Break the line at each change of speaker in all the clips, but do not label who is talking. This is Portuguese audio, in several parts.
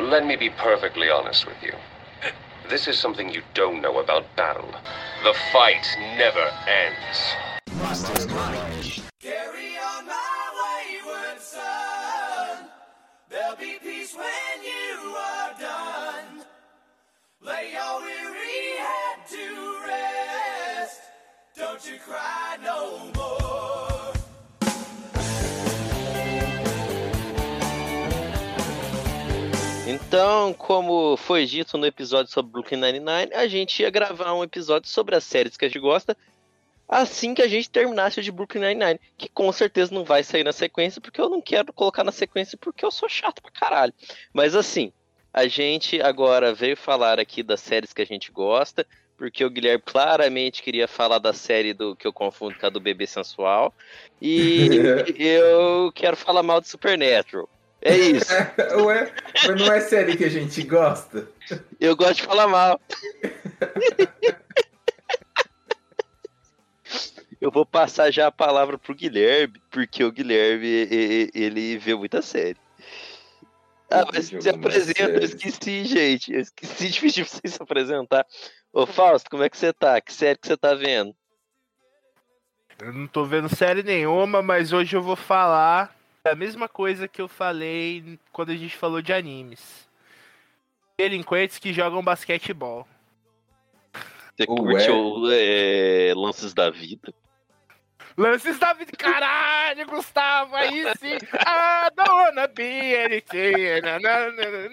Let me be perfectly honest with you. This is something you don't know about battle. The fight never ends.
Carry on my wayward son. There'll be peace when you are done. Lay your weary head to rest. Don't you cry no more.
Então, como foi dito no episódio sobre Brooklyn Nine-Nine, a gente ia gravar um episódio sobre as séries que a gente gosta assim que a gente terminasse o de Brooklyn Nine-Nine, que com certeza não vai sair na sequência, porque eu não quero colocar na sequência porque eu sou chato pra caralho. Mas assim, a gente agora veio falar aqui das séries que a gente gosta, porque o Guilherme claramente queria falar da série do que eu confundo com a do Bebê Sensual, e eu quero falar mal de Supernatural. É isso.
Ué, mas não é série que a gente gosta?
Eu gosto de falar mal. Eu vou passar já a palavra pro Guilherme, porque o Guilherme e- e- ele vê muita série. Ah,
Eu
mas
vejo
se
algumas
apresenta, eu
séries.
esqueci, gente. Eu esqueci de pedir pra vocês se apresentar. Ô Fausto, como é que você tá? Que série que você tá vendo?
Eu não tô vendo série nenhuma, mas hoje eu vou falar da mesma coisa que eu falei quando a gente falou de animes. Delinquentes que jogam basquetebol.
Você
Ué.
curtiu é, Lances da Vida?
Lances da vida, caralho, Gustavo, aí sim. A dona PNT. nananana,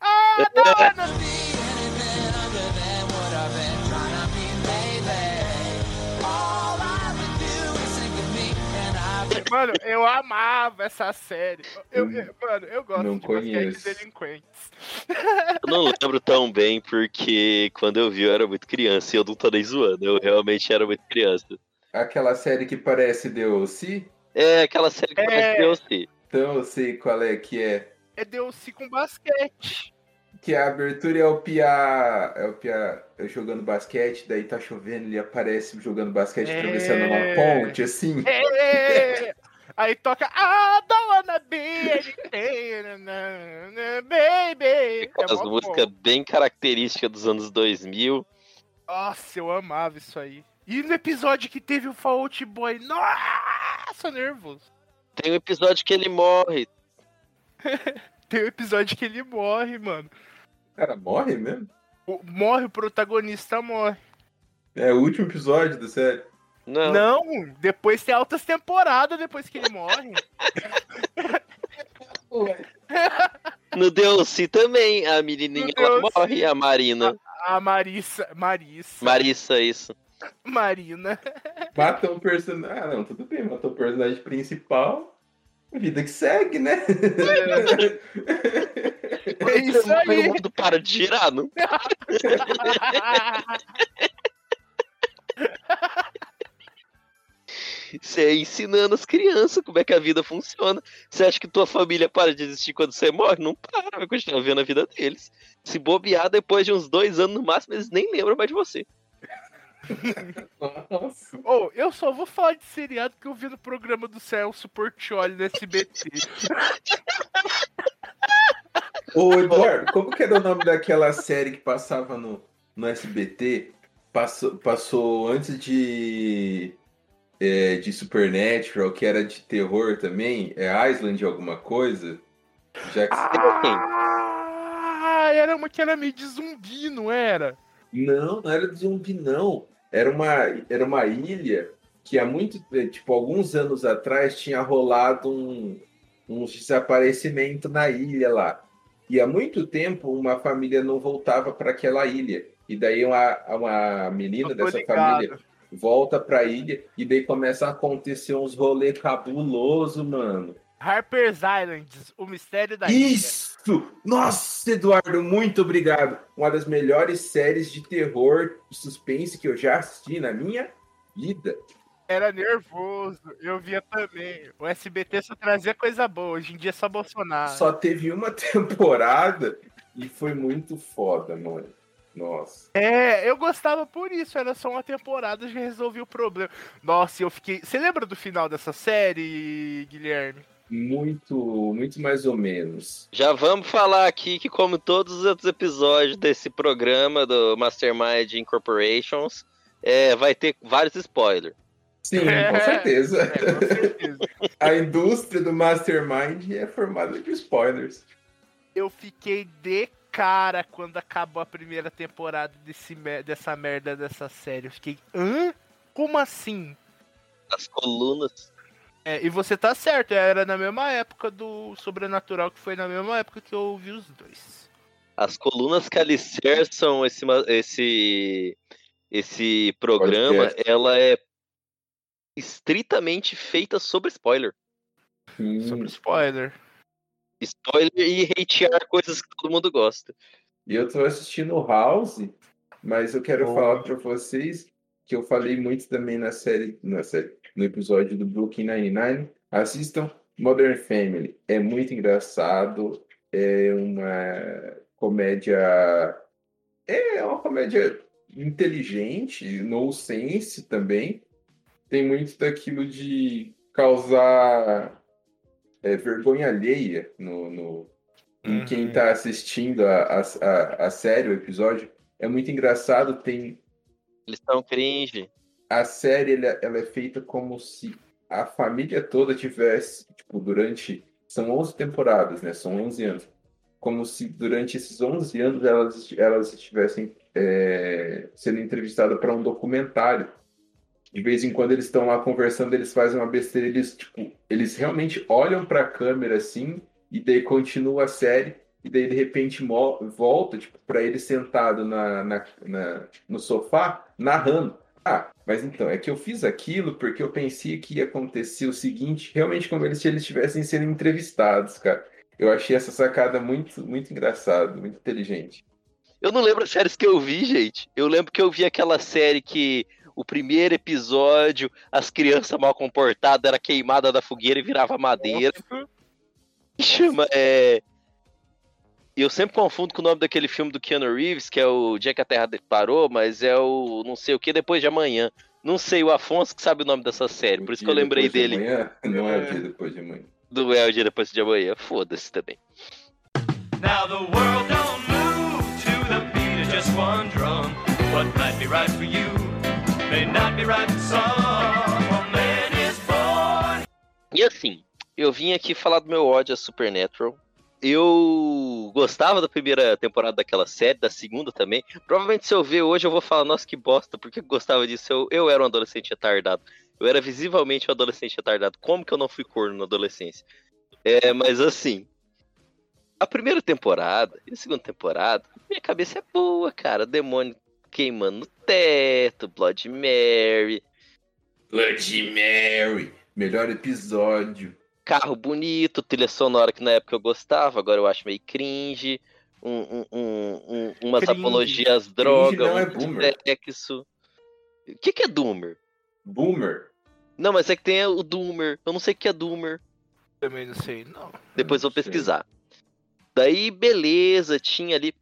A dona Mano, eu amava essa série. Eu, eu- mano, eu gosto
Não
de basquete
conheço.
delinquentes.
Eu não lembro tão bem, porque quando eu vi eu era muito criança e eu não tô nem zoando. Eu realmente era muito criança.
Aquela série que parece DLC?
É aquela série que
É.
parece DLC.
Então eu sei qual é que é.
É DLC com basquete.
Que a abertura é o Pia. É o Pia jogando basquete, daí tá chovendo, ele aparece jogando basquete,
É.
atravessando uma ponte, assim.
É. Aí toca I don't wanna be anything, na, na, na, baby. É
Aquelas
mó bom.
músicas bem características dos anos 2000.
Nossa, eu amava isso aí. E no episódio que teve o Fault Boy, nossa, nervoso.
Tem um episódio que ele morre.
Tem o episódio que ele morre, mano.
Cara, morre mesmo?
O- morre, o protagonista morre.
É o último episódio da série.
Não.
Não, depois tem altas temporadas depois que ele morre.
No DLC também. A menininha
No
ela
DLC.
morre, a Marina.
A Marissa. Marissa.
Marissa, isso.
Marina.
Mata um personagem. Ah, não, tudo bem, matou o personagem principal. Vida que segue, né?
É isso
O
aí.
mundo para de girar, não? Você é ensinando as crianças como é que a vida funciona. Você acha que tua família para de existir quando você morre? Não para, vai continuar vendo a vida deles. Se bobear, depois de uns dois anos no máximo, eles nem lembram mais de você.
Nossa.
Ô, eu só vou falar de seriado que eu vi no programa do Celso Portioli no SBT.
Ô, Eduardo, como que era o nome daquela série que passava no, no SBT? Passou, passou antes de, é, de Supernatural, que era de terror também? É Island alguma coisa? Já que-
um
ah, era uma que era meio de zumbi, não era?
Não, não era de zumbi, não. Era uma, era uma ilha que há muito, eh, tipo, alguns anos atrás tinha rolado um, uns desaparecimento na ilha lá. E há muito tempo uma família não voltava para aquela ilha. E daí uma, uma menina
Eu tô
dessa
ligado.
família volta para a ilha e daí começa a acontecer uns rolê cabuloso, mano.
Harper's Islands, o mistério da
Isso! Nossa, Eduardo, muito obrigado. Uma das melhores séries de terror e suspense que eu já assisti na minha vida.
Era nervoso, eu via também. O SBT só trazia coisa boa, hoje em dia é só Bolsonaro.
Só teve uma temporada e foi muito foda, mano. Nossa.
É, eu gostava por isso, era só uma temporada, já resolvi o problema. Nossa, eu fiquei. Você lembra do final dessa série, Guilherme?
muito, muito mais ou menos.
Já vamos falar aqui que, como todos os outros episódios desse programa do Mastermind Incorporations, é, vai ter vários spoilers.
Sim, com certeza.
É, com certeza.
A indústria do Mastermind é formada de spoilers.
Eu fiquei de cara quando acabou a primeira temporada desse, mer- dessa merda dessa série. Eu fiquei, hã? Como assim?
As colunas.
É, e você tá certo, era na mesma época do Sobrenatural, que foi na mesma época que eu vi os dois.
As colunas que alicerçam esse, ma- esse, esse programa,
Podcast.
ela é estritamente feita sobre spoiler.
Sim.
Sobre spoiler.
Spoiler e hatear coisas que todo mundo gosta.
E eu tô assistindo House, mas eu quero
Bom.
falar pra vocês que eu falei muito também na série, na série, no episódio do Brooklyn Nine-Nine. Assistam Modern Family. É muito engraçado. É uma comédia. É uma comédia inteligente, no sense também. Tem muito daquilo de causar é, vergonha alheia no, no, em
Uhum.
quem tá assistindo a, a- a, a série, o episódio, é muito engraçado. Tem
Eles são cringe.
a série, ela, ela é feita como se a família toda tivesse, tipo, durante. São 11 temporadas, né? São 11 anos. Como se durante esses 11 anos elas, esti- elas estivessem é, sendo entrevistadas para um documentário. De vez em quando eles estão lá conversando, eles fazem uma besteira, eles, tipo, eles realmente olham para a câmera assim, e daí continua a série, e daí de repente mo- volta, tipo, para ele sentado na, na, na- no sofá, narrando. Ah, mas então, é que eu fiz aquilo porque eu pensei que ia acontecer o seguinte, realmente como eles- se eles estivessem sendo entrevistados, cara. Eu achei essa sacada muito, muito engraçado, muito inteligente.
Eu não lembro as séries que eu vi, gente. Eu lembro que eu vi aquela série que o primeiro episódio, as crianças mal comportadas era queimada da fogueira e virava madeira. Que Chama, é... Eu sempre confundo com o nome daquele filme do Keanu Reeves, que é o Dia que a Terra Parou, mas é o não sei o que depois de amanhã. Não sei, o Afonso que sabe o nome dessa série, É por isso que eu
Um Dia
lembrei
depois de
dele
amanhã? não é o
É.
dia depois de amanhã.
do El Dia Depois de Amanhã. Foda-se também.
Now the world don't move to the beat of just one drum. What might be right for you may not be right for some. A man is born.
E assim, eu vim aqui falar do meu ódio a Supernatural. Eu gostava da primeira temporada daquela série, da segunda também. Provavelmente se eu ver hoje eu vou falar, nossa, que bosta, por que eu gostava disso? Eu, eu era um adolescente retardado. Eu era visivelmente um adolescente retardado. Como que eu não fui corno na adolescência? É, mas assim, a primeira temporada e a segunda temporada, minha cabeça é boa, cara. Demônio queimando no teto, Blood Mary,
Bloody Mary. Melhor episódio.
carro bonito, trilha sonora que na época eu gostava, agora eu acho meio cringe, um, um, um, um- umas
Cringe.
apologias às drogas,
não é
um
boomer.
sexo. O que, que é Doomer?
Boomer.
Não, mas é que tem o Doomer, eu não sei o que é Doomer,
Também não sei, não.
depois
Não
vou
sei.
pesquisar. Daí, beleza, tinha ali.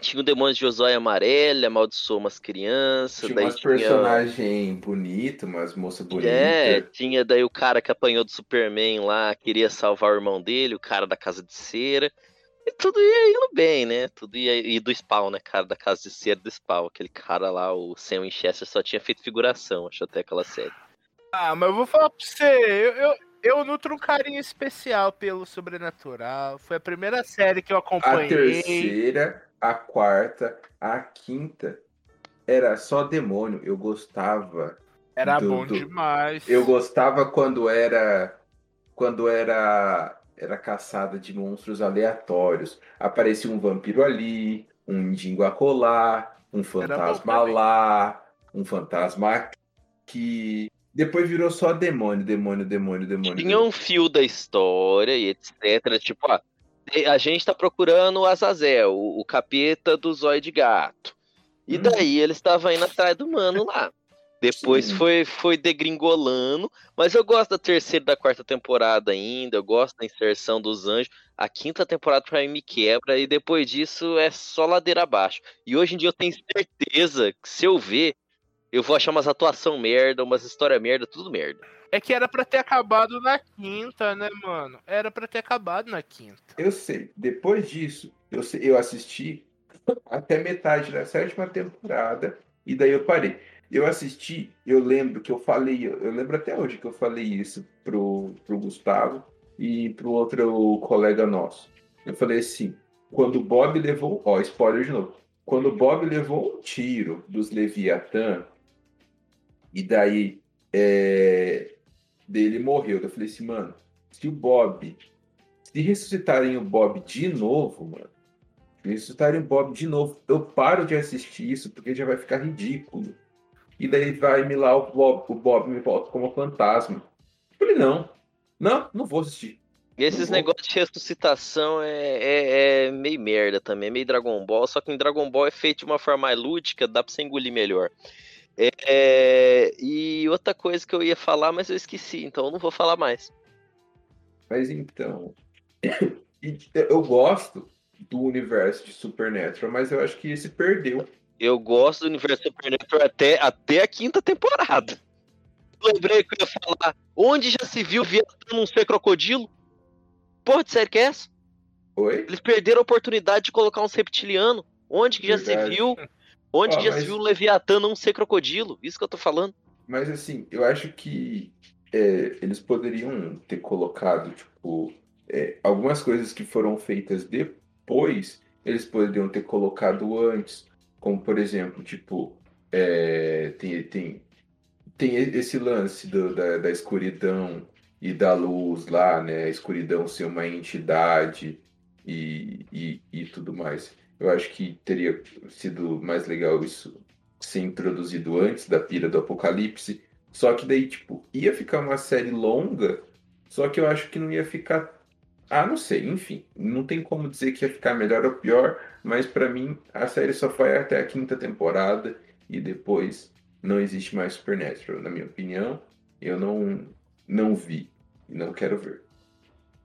Tinha o demônio de Josóia Amarela, amaldiçoou umas crianças.
Tinha
daí
umas
tinha-
personagens bonitas, umas moças bonitas.
É, tinha daí o cara que apanhou do Superman lá, queria salvar o irmão dele, o cara da casa de cera. E tudo ia indo bem, né? Tudo ia. E do Spawn, né, cara? Da casa de cera do Spawn. Aquele cara lá, o Sam Winchester, só tinha feito figuração, acho até aquela série.
Ah, mas eu vou falar pra você, eu, eu, eu nutro um carinho especial pelo Sobrenatural. Foi a primeira série que eu
A
acompanhei.
terceira, a quarta, a quinta. Era só demônio. Eu gostava.
Era
do-
bom
do-
demais.
Eu gostava quando era. Quando era. Era caçada de monstros aleatórios. Aparecia um vampiro ali, um mendigo acolá, um fantasma
também.
lá, um fantasma aqui. Depois virou só demônio, demônio, demônio, demônio.
Tinha um fio da história e etc. Tipo, ah, a gente tá procurando o Azazel, o, o capeta do zóio de gato. E
Hum.
daí ele estava indo atrás do mano lá. Depois
Sim.
foi, foi degringolando, mas eu gosto da terceira e da quarta temporada ainda, eu gosto da inserção dos anjos. A quinta temporada pra mim me quebra e depois disso é só ladeira abaixo. E hoje em dia eu tenho certeza que se eu ver, eu vou achar umas atuação merda, umas história merda, tudo merda.
É que era pra ter acabado na quinta, né, mano? Era pra ter acabado na quinta.
Eu sei. Depois disso, eu, se- eu assisti até metade da sétima temporada e daí eu parei. Eu assisti, eu lembro que eu falei, eu eu lembro até hoje que eu falei isso pro, pro Gustavo e pro outro colega nosso. Eu falei assim, quando o Bob levou, ó, spoiler de novo. Quando o Bob levou um tiro dos Leviatã e daí é, dele morreu. Eu falei assim, mano, se o Bob se ressuscitarem o Bob de novo, mano. Se ressuscitarem o Bob de novo, eu paro de assistir isso porque já vai ficar ridículo. E daí vai me lá o Bob, o Bob me volta como fantasma. Eu falei, não. Não, não vou assistir.
E esses
Bom.
negócios de ressuscitação é, é- é meio merda também, é meio Dragon Ball, só que em Dragon Ball é feito de uma forma mais lúdica, dá pra você engolir melhor. É, é, e outra coisa que eu ia falar, mas eu esqueci, então eu não vou falar mais.
Mas então. e eu gosto do universo de Supernatural, mas eu acho que esse perdeu.
Eu gosto do universo Supernatural até, até a quinta temporada. Lembrei que eu ia falar, onde já se viu Vietnã não ser crocodilo? Porra, de série que é essa?
Oi?
Eles perderam a oportunidade de colocar uns reptilianos. Onde que já
Verdade.
se viu? Onde
Ah,
que já
mas-
se viu um Leviatã não ser crocodilo? Isso que eu tô falando.
Mas assim, eu acho que é, eles poderiam ter colocado, tipo, é, algumas coisas que foram feitas depois, eles poderiam ter colocado antes. Como, por exemplo, tipo, é, tem, tem, tem esse lance do- da, da escuridão e da luz lá, né? A escuridão ser uma entidade e, e, e tudo mais. Eu acho que teria sido mais legal isso ser introduzido antes da pira do apocalipse. Só que daí, tipo, ia ficar uma série longa, só que eu acho que não ia ficar. Ah, não sei, enfim. Não tem como dizer que ia ficar melhor ou pior, mas pra mim a série só foi até a quinta temporada e depois não existe mais Supernatural. Na minha opinião, eu não, não vi e não quero ver.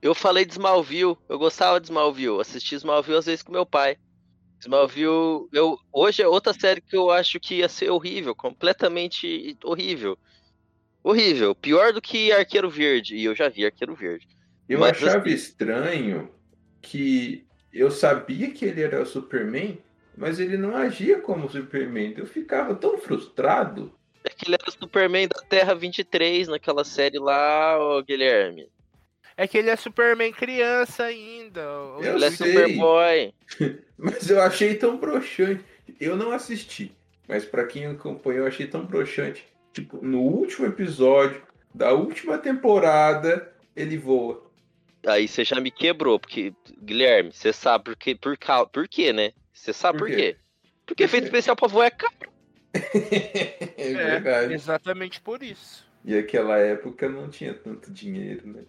Eu falei de Smallville, eu gostava de Smallville, assisti Smallville às vezes com meu pai. Smallville, eu, hoje é outra série que eu acho que ia ser horrível, completamente horrível. Horrível, pior do que Arqueiro Verde, e eu já vi Arqueiro Verde.
Eu
Mas assim
achava estranho que eu sabia que ele era o Superman, mas ele não agia como Superman. Eu ficava tão frustrado.
É que ele era o Superman da Terra 23 naquela série lá, ô Guilherme.
É que ele é Superman criança ainda. ô-
Eu
ele é
sei.
Superboy.
Mas eu achei tão broxante. Eu não assisti, mas pra quem acompanhou, eu achei tão broxante. Tipo, no último episódio da última temporada, ele voa.
Aí você já me quebrou, porque, Guilherme, você sabe por quê, por, cau- por quê né? Você sabe
Por
por
quê?
quê? Porque efeito especial pra voar é caro.
É verdade.
Exatamente por isso.
E aquela época não tinha tanto dinheiro, né?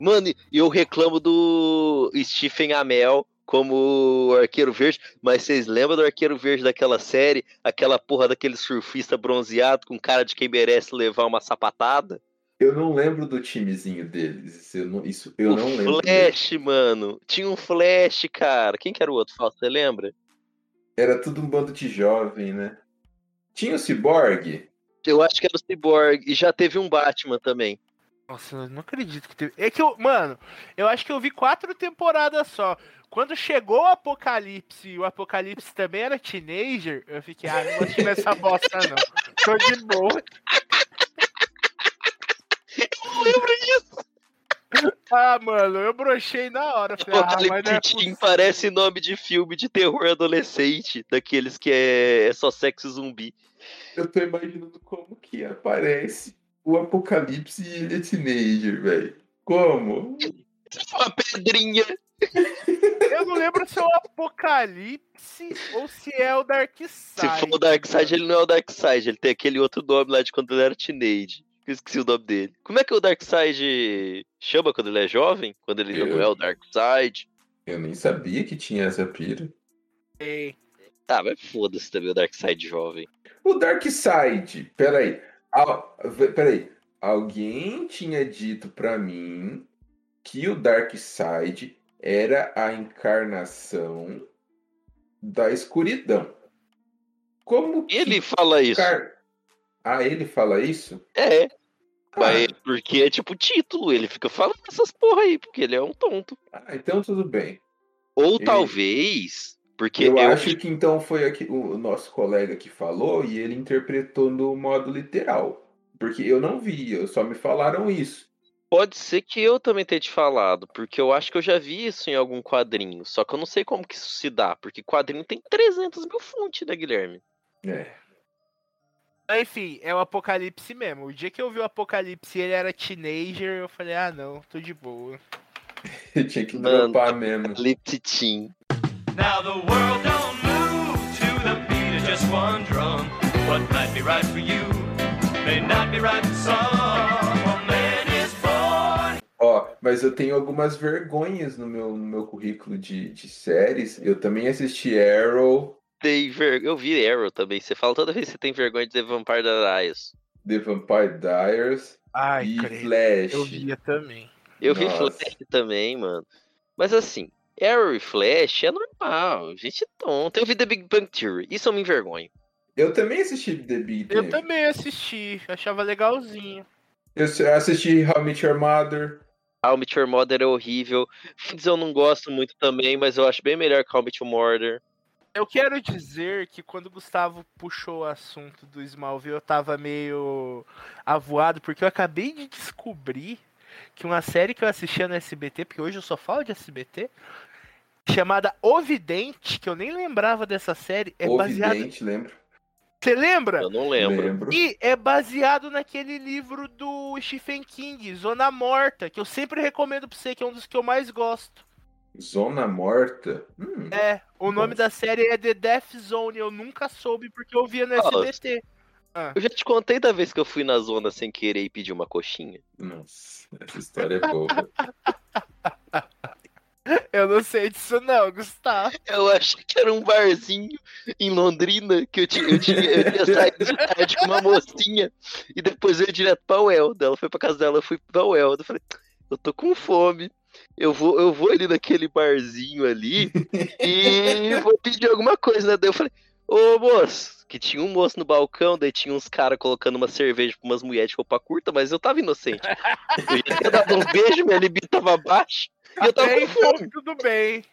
Mano, e eu reclamo do Stephen Amell como o Arqueiro Verde, mas vocês lembram do Arqueiro Verde daquela série? Aquela porra daquele surfista bronzeado com cara de quem merece levar uma sapatada?
Eu não lembro do timezinho deles. Isso eu não, isso, eu
o
não lembro. mesmo.
Flash, mano. Tinha um Flash, cara. Quem que era o outro, Fausto? Você lembra?
Era tudo um bando de jovem, né? Tinha o Cyborg?
Eu acho que era o Cyborg. E já teve um Batman também.
Nossa, eu não acredito que teve. É que eu, mano, eu acho que eu vi quatro temporadas só. Quando chegou o Apocalipse e o Apocalipse também era teenager, eu fiquei, ah, não vou assistir essa bosta, não. Tô de boa.
Eu lembro disso.
Ah, mano, eu brochei na hora. Falei, ah, mas não é
Apocalipse Teen
possível.
parece nome de filme de terror adolescente, daqueles que é, é só sexo e zumbi.
Eu tô imaginando como que aparece o Apocalipse e ele é teenager, velho. Como?
Tipo
Uma pedrinha.
Eu não lembro se é o Apocalipse ou se é o Dark Side.
Se
então.
for o Darkseid, ele não é o Darkseid, ele tem aquele outro nome lá de quando ele era teenage. que Eu esqueci o nome dele. Como é que o Darkseid chama quando ele é jovem? Quando ele já não é o Darkseid?
Eu nem sabia que tinha essa pira.
Ei,
Tá, mas foda-se também o Darkseid jovem.
O Darkseid, peraí. Al, v- peraí. Alguém tinha dito pra mim que o Darkseid era a encarnação da escuridão. Como que
Ele fala isso.
Car- Ah, ele fala isso?
É. Mas é porque é tipo título, ele fica falando essas porra aí, porque ele é um tonto.
Ah, então tudo bem.
Ou
Ele-
talvez, porque
eu
é o
acho que então foi aqui, o nosso colega que falou e ele interpretou no modo literal. Porque eu não vi, eu- só me falaram isso.
Pode ser que eu também tenha te falado, porque eu acho que eu já vi isso em algum quadrinho. Só que eu não sei como que isso se dá, porque quadrinho tem 300 mil fontes, né, Guilherme?
É.
Enfim, é o Apocalipse mesmo. O dia que eu vi o Apocalipse e ele era teenager, eu falei, ah não, tô de boa.
Tinha que
Mano.
dropar mesmo.
Liptitim.
Now the world don't move to the beat of just one drum. What might be right for you may not be right for some. A man is born.
Ó, mas eu tenho algumas vergonhas no meu, no meu currículo de, de séries. Eu também assisti Arrow,
Tem ver... Eu vi Arrow também. Você fala toda vez que você tem vergonha de The Vampire Diaries.
The Vampire Diaries
Ai,
e
credo.
Flash.
Eu via também.
Eu vi
Nossa.
Flash também, mano. Mas assim, Arrow e Flash é normal. Gente tonta. Eu vi The Big Bang Theory. Isso eu me envergonho.
Eu também assisti The Big
Eu
Bang.
também assisti, achava legalzinho.
Eu s- assisti How I Met Your Mother.
How I Met Your Mother é horrível. Friends eu não gosto muito também, mas eu acho bem melhor que How I Met Your Mother.
Eu quero dizer que quando o Gustavo puxou o assunto do Smallville, eu tava meio avoado, porque eu acabei de descobrir que uma série que eu assistia no SBT, porque hoje eu só falo de SBT, chamada Ovidente, que eu nem lembrava dessa série, é
O
baseada.
Vidente, lembro.
Você lembra?
Eu não lembro.
E é baseado naquele livro do Stephen King, Zona Morta, que eu sempre recomendo pra você, que é um dos que eu mais gosto.
Zona Morta? Hum,
É, o nome da série é The Death Zone, eu nunca soube porque eu via no
Ah,
SBT.
Eu já te contei da vez que eu fui na zona sem querer e pedi uma coxinha.
Nossa, essa história é boa.
Eu não sei disso não, Gustavo.
Eu achei que era um barzinho em Londrina que eu tinha, eu tinha, eu tinha saído de tarde com uma mocinha e depois eu ia direto pra Welda. Ela foi pra casa dela, eu fui pra Welda. Eu falei, eu tô com fome. Eu vou, eu vou ali naquele barzinho ali e vou pedir alguma coisa, né? Daí eu falei, ô moço, que tinha um moço no balcão, daí tinha uns caras colocando uma cerveja pra umas mulheres de roupa curta, mas eu tava inocente. Eu ia ter dado um beijo, minha libido tava baixa e eu tava
Até
com fome.
então, tudo bem.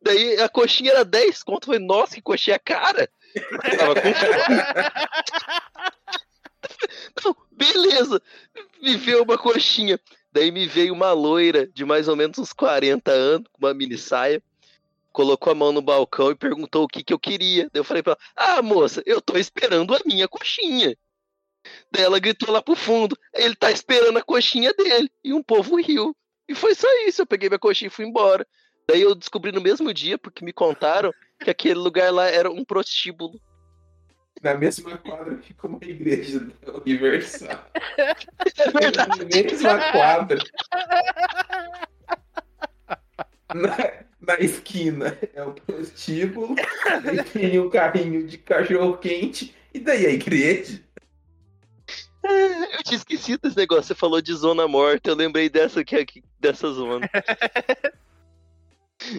Daí a coxinha era 10 conto. Eu Falei, nossa, que coxinha cara. Eu Tava com fome. Não, beleza. Me veio uma coxinha. Daí me veio uma loira de mais ou menos uns 40 anos, com uma mini saia. Colocou a mão no balcão e perguntou o que, que eu queria. Daí eu falei pra ela, ah, moça, eu tô esperando a minha coxinha. Daí ela gritou lá pro fundo, ele tá esperando a coxinha dele. E um povo riu. E foi só isso, eu peguei minha coxinha e fui embora. Daí eu descobri no mesmo dia, porque me contaram, que aquele lugar lá era um prostíbulo.
Na mesma quadra fica uma igreja da Universal.
É verdade.
Na mesma quadra. Na, na esquina é o prostíbulo, aí tem um carrinho de cachorro quente, e daí a igreja.
É, Eu tinha esquecido desse negócio. Você falou de zona morta, eu lembrei dessa aqui, aqui- dessa zona.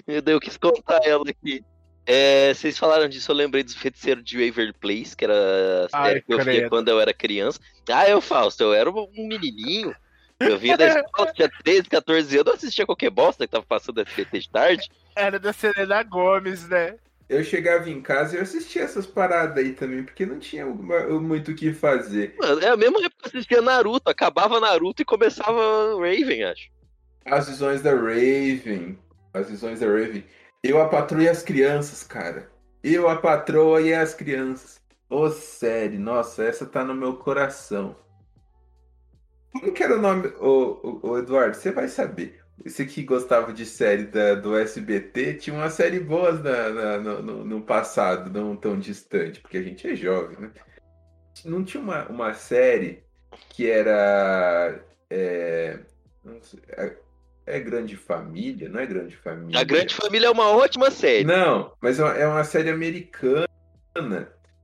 E daí eu quis contar ela aqui. É, vocês falaram disso, eu lembrei do feiticeiro de Waverly Place, que era a série
Ai,
que eu via
credo.
quando eu era criança. Ah, eu Fausto, eu era um menininho. Eu vinha da escola, tinha 13, 14 anos, eu assistia qualquer bosta que tava passando SBT de tarde.
Era da Selena Gomes, né?
Eu chegava em casa e eu assistia essas paradas aí também, porque não tinha alguma- muito o que fazer.
Mano, é a mesma época que eu assistia Naruto, acabava Naruto e começava Raven, acho.
As visões da Raven. As visões da Raven. Eu a patroa e as crianças, cara. Eu a patroa e as crianças. Ô, série, nossa, essa tá no meu coração. Como que era o nome? Ô, ô, ô, Eduardo, você vai saber. Você que gostava de série da- do SBT, tinha uma série boas na- na- no, no- no passado, não tão distante, porque a gente é jovem, né? Não tinha uma, uma série que era. é, não sei, é, é Grande Família? Não é Grande Família?
A Grande Família é uma ótima série.
Não, mas é uma- é uma série americana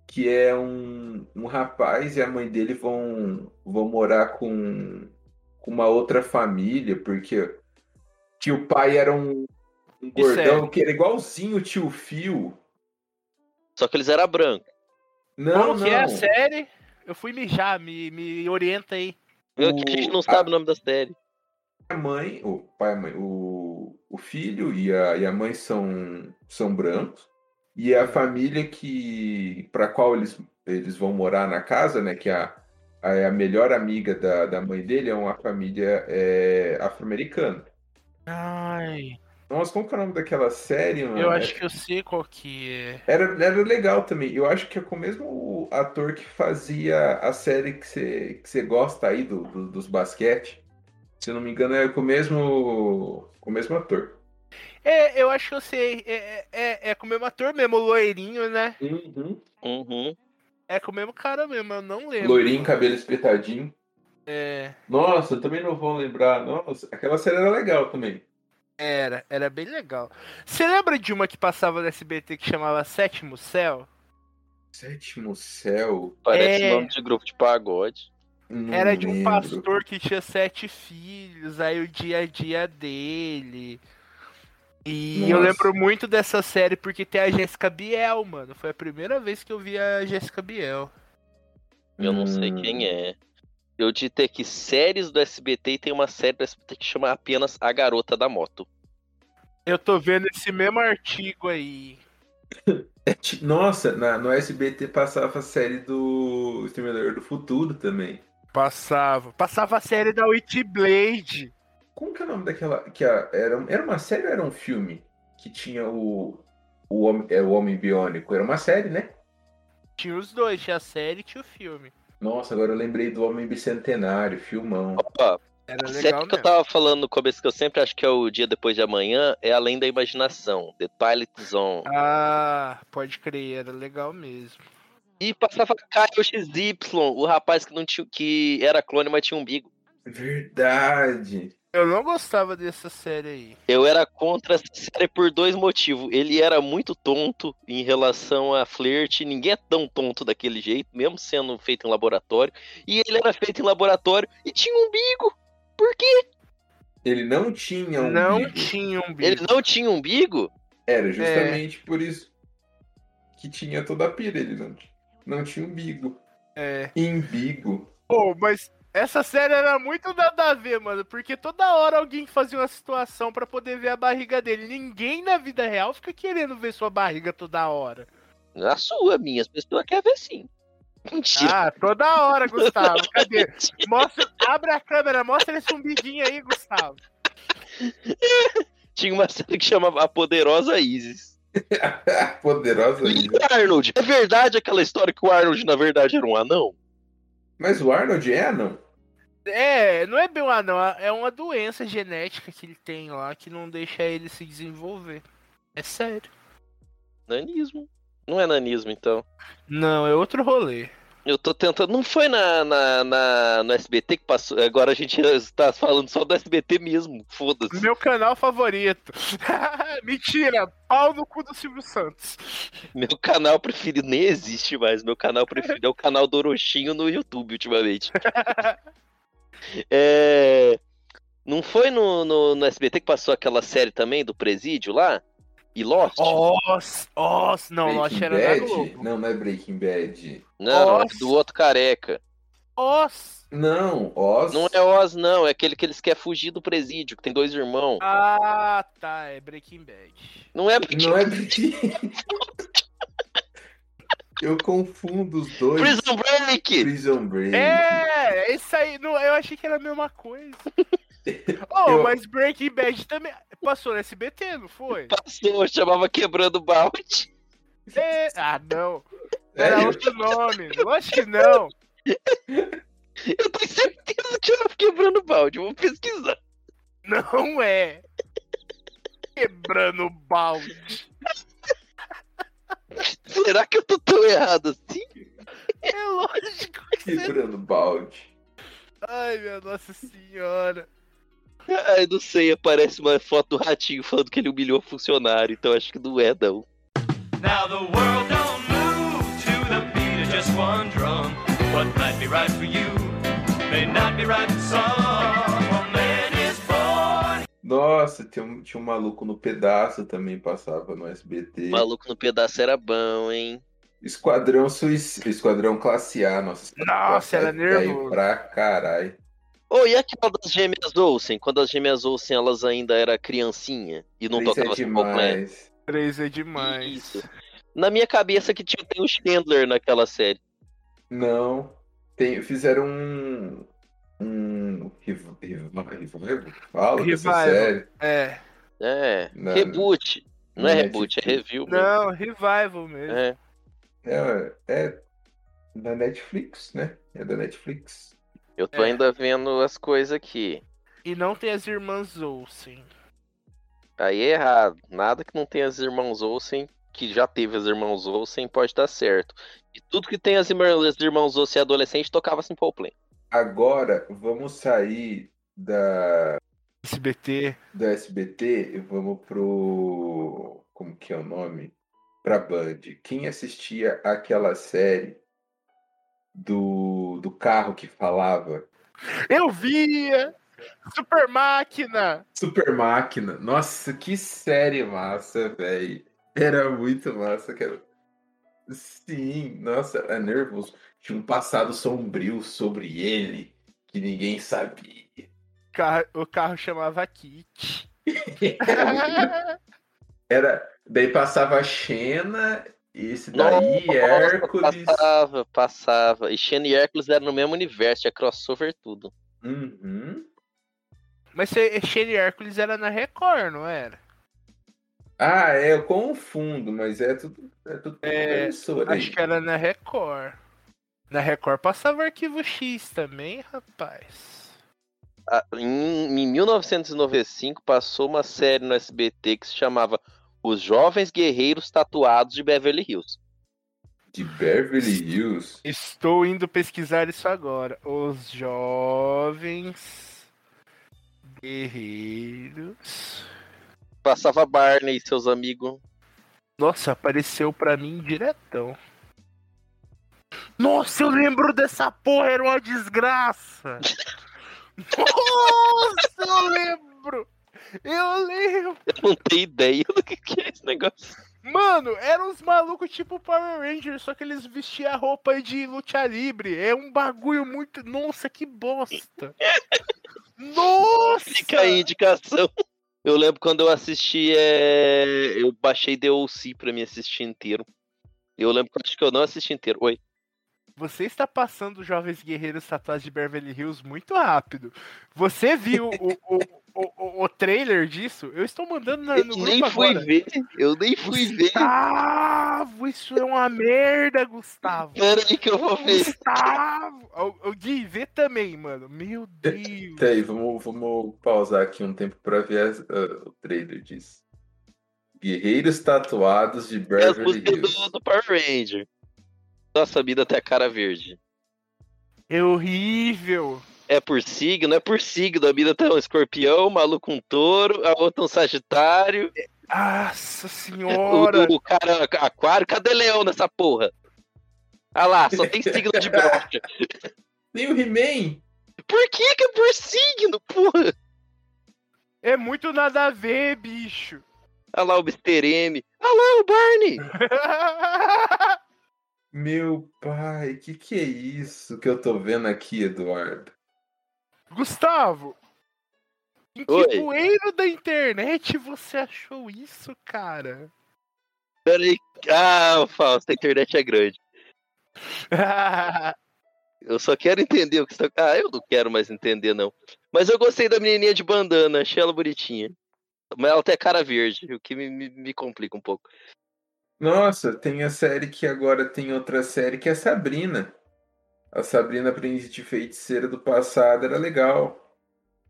que é um, um rapaz e a mãe dele vão, vão morar com, com uma outra família, porque que o pai era um, um
é
gordão que era igualzinho o tio Phil.
Só que eles eram brancos.
Não,
Como
não.
que é a série? Eu fui mijar, me, me orienta aí.
Eu- que a gente não sabe o nome da série.
a mãe, o pai, e a mãe, o, o filho e a, e a mãe são, são brancos. E é a família que para qual eles, eles vão morar na casa, né? Que a, a, a melhor amiga da, da mãe dele é uma família é, afro-americana.
Ai.
Nossa, como que é o nome daquela série, mano?
Eu acho que eu sei qual que é.
Era, era legal também. Eu acho que é com o mesmo ator que fazia a série que você que você gosta aí do, do- dos basquete. Se eu não me engano, é com o mesmo, com o mesmo ator.
É, eu acho que eu sei. É, é- é, é com o mesmo ator mesmo, o loirinho, né?
Uhum.
É com o mesmo cara mesmo, eu não lembro.
Loirinho, cabelo espetadinho.
É,
Nossa, eu também não vou lembrar. Nossa, aquela série era legal também.
era, era bem legal. Você lembra de uma que passava no SBT que chamava Sétimo Céu?
Sétimo Céu.
Parece
É.
nome de grupo de pagode.
Não
Era de um
lembro.
pastor que tinha sete filhos, aí o dia a dia dele. E eu
Nossa.
lembro muito dessa série porque tem a Jéssica Biel, mano. Foi a primeira vez que eu vi a Jéssica Biel.
Eu não sei
Hum.
quem é. Eu ditei aqui séries do SBT e tem uma série do SBT que chama apenas A Garota da Moto.
Eu tô vendo esse mesmo artigo aí.
É ti- Nossa, na, no SBT passava a série do Exterminador do Futuro também.
Passava. Passava a série da Witchblade.
Como que é o nome daquela. Que a- era, era uma série ou era um filme? Que tinha o. O homem, é, o homem Biônico. Era uma série, né?
Tinha os dois, tinha a série e tinha o filme.
Nossa, agora eu lembrei do Homem Bicentenário, filmão.
Opa,
Era
a série
É legal
que eu
mesmo.
tava falando no começo que eu sempre acho que é o dia depois de amanhã é Além da Imaginação, The Pilot Zone.
Ah, pode crer, era legal mesmo.
E passava Caio XY, o rapaz que não tinha que era clone, mas tinha umbigo.
Verdade.
Eu não gostava dessa série aí.
Eu era contra essa série por dois motivos. Ele era muito tonto em relação a flerte. Ninguém é tão tonto daquele jeito, mesmo sendo feito em laboratório. E ele era feito em laboratório e tinha um umbigo. Por quê?
Ele não tinha um.
não
bico.
tinha um
Ele
bicho.
não tinha umbigo?
Era
É.
justamente por isso que tinha toda a pira, ele não, não tinha umbigo.
É.
Imbigo.
Pô, mas essa série era muito nada a ver, mano. Porque toda hora alguém fazia uma situação pra poder ver a barriga dele. Ninguém na vida real fica querendo ver sua barriga toda hora.
A sua, minha. As pessoas querem ver sim. Mentira.
Ah, toda hora, Gustavo. Cadê? Mostra, abre a câmera, mostra esse umbiguinho aí, Gustavo.
Tinha uma série que chamava A Poderosa Isis.
Ah, Poderosa.
E o Arnold? É verdade aquela história que o Arnold, na verdade, era um anão?
Mas o Arnold é, não?
É, não é bem um anão, é uma doença genética que ele tem lá que não deixa ele se desenvolver. É sério.
Nanismo. Não é nanismo, então.
Não, é outro rolê.
Eu tô tentando. Não foi na, na, na- no SBT que passou. Agora a gente tá falando só do SBT mesmo. Foda-se.
Meu canal favorito. Mentira, pau no cu do Silvio Santos.
Meu canal preferido nem existe mais. Meu canal preferido é o canal do Orochinho no YouTube ultimamente. É, Não foi no, no, no SBT que passou aquela série também do Presídio lá? E Lost?
Oh, Nossa, nossa, não, Lost era um da
Bad?
Globo.
Não, não é Breaking Bad.
não, é
Oz.
do outro careca.
Nossa.
Não, Oz.
Não é Oz, não. É aquele que eles querem fugir do presídio, que tem dois irmãos.
Ah, tá, é Breaking Bad.
Não é
Não é Breaking Eu confundo os dois.
Prison Break!
Prison Break.
É, é isso aí. Não, eu achei que era a mesma coisa. Oh,
Eu-
mas Breaking Bad também passou no SBT, não foi?
Passou, chamava Quebrando Balde.
É, Ah, não. Era
Sério?
outro nome. Lógico que não.
Eu tenho certeza que eu quebrando balde, vou pesquisar.
Não é. Quebrando o balde.
Será que eu tô tão errado assim?
É lógico que você...
Quebrando balde.
Ai, minha nossa senhora.
Ai, não sei, aparece uma foto do ratinho falando que ele humilhou funcionário, então acho que não é, não.
Now the world don't move to the beat of just one drum. What might be right for you may not be right for some. A man is born.
Nossa, tinha um, tinha um maluco no pedaço também, passava no SBT.
O maluco no pedaço era bom, hein?
Esquadrão Suicida. Esquadrão Classe A, nossa. é Esquadrão
Nossa,
Classe A
era
daí
nervoso.
Pra caralho.
Oh, e aquela das gêmeas Olsen? Quando as gêmeas Olsen, elas ainda eram criancinha e não
Isso é
tocavam completo.
demais.
3 é demais.
Isso. né? Na minha cabeça que tinha tem o Chandler naquela série.
Não. Tem, fizeram um. Um. Rival. Rival. Rival. Fala dessa
Revival.
série.
É.
É.
Não,
reboot. Não, é
não é
reboot, é review. mesmo.
Não, revival mesmo.
É.
É, é da Netflix, né? É da Netflix.
Eu tô
É.
ainda vendo as coisas aqui.
E não tem as irmãs Olsen.
Aí é errado. Nada que não tenha as irmãos Olsen, que já teve as irmãos Olsen, pode dar certo. E tudo que tem as irmãs, as irmãos Olsen adolescente tocava assim, Simple Plan.
Agora, vamos sair da,
SBT.
do SBT e vamos pro. Como que é o nome? Pra Band. Quem assistia aquela série do, do carro que falava?
Eu via! Super Máquina!
Super Máquina. Nossa, que série massa, velho. Era muito massa, cara. Sim, nossa, é nervoso. Tinha um passado sombrio sobre ele que ninguém sabia.
Ca- O carro chamava Kit.
Era, daí passava a Xena, esse daí,
Nossa,
Hércules.
Passava, passava. E Shane e Hércules eram no mesmo universo, tinha crossover tudo.
Uhum.
Mas se- Shane Hércules era na Record, não era?
Ah, é, eu confundo, mas é tudo, é tudo
É,
emissora
Acho que era na Record. Na Record passava arquivo X também, rapaz.
Ah, Em, em 1995 passou uma série no SBT que se chamava Os Jovens Guerreiros Tatuados de Beverly Hills.
de Beverly Hills.
Estou indo pesquisar isso agora. Os jovens guerreiros.
Passava Barney e seus amigos.
Nossa, apareceu pra mim diretão. Nossa, eu lembro dessa porra, era uma desgraça. Nossa, eu lembro. Eu lembro.
Eu não tenho ideia do que, que é esse negócio.
Mano, eram uns malucos tipo Power Rangers, só que eles vestiam a roupa de luta livre. É um bagulho muito. Nossa, que bosta! Nossa!
Fica aí a indicação. Eu lembro quando eu assisti, é, eu baixei The O.C. pra me assistir inteiro. Eu lembro que eu acho que eu não assisti inteiro. Oi.
Você está passando os jovens guerreiros tatuados de Beverly Hills muito rápido. Você viu o, o, o, o, o trailer disso? Eu estou mandando na-
Eu
Tá no
nem
grupo
fui
agora. tá-
ver. Eu nem fui ver.
Gustavo, isso é uma merda, Gustavo.
Pera aí que eu vou ver.
Gustavo! O, o Gui, vê também, mano. Meu Deus.
Tá aí, vamos, vamos pausar aqui um tempo pra ver as- ah, o trailer disso. Guerreiros tatuados de
É as
Beverly
músicas
Hills.
do, do Power Ranger. Nossa vida até a cara verde.
É horrível.
É por signo? É por signo. A vida tá um escorpião, o maluco um touro, a outra um sagitário.
Nossa senhora!
O, o cara aquário. Cadê leão nessa porra? Ah lá, só tem signo de brocha.
Tem o He-Man?
Por que que é por signo, porra?
É muito nada a ver, bicho!
Ah lá o Mr. M. Ah lá o Barney.
Meu pai, que que é isso que eu tô vendo aqui, Eduardo?
Gustavo! Em que
Oi.
bueiro da internet você achou isso, cara?
Pera aí. Ah, Fausto, a internet é grande. Eu só quero entender o que está. Ah, eu não quero mais entender, não. Mas eu gostei da menininha de bandana, achei ela bonitinha. Mas ela tem a cara verde, o que me, me, me complica um pouco.
Nossa, tem a série que agora tem outra série que é a Sabrina. A Sabrina Aprendiz de Feiticeira do passado era legal.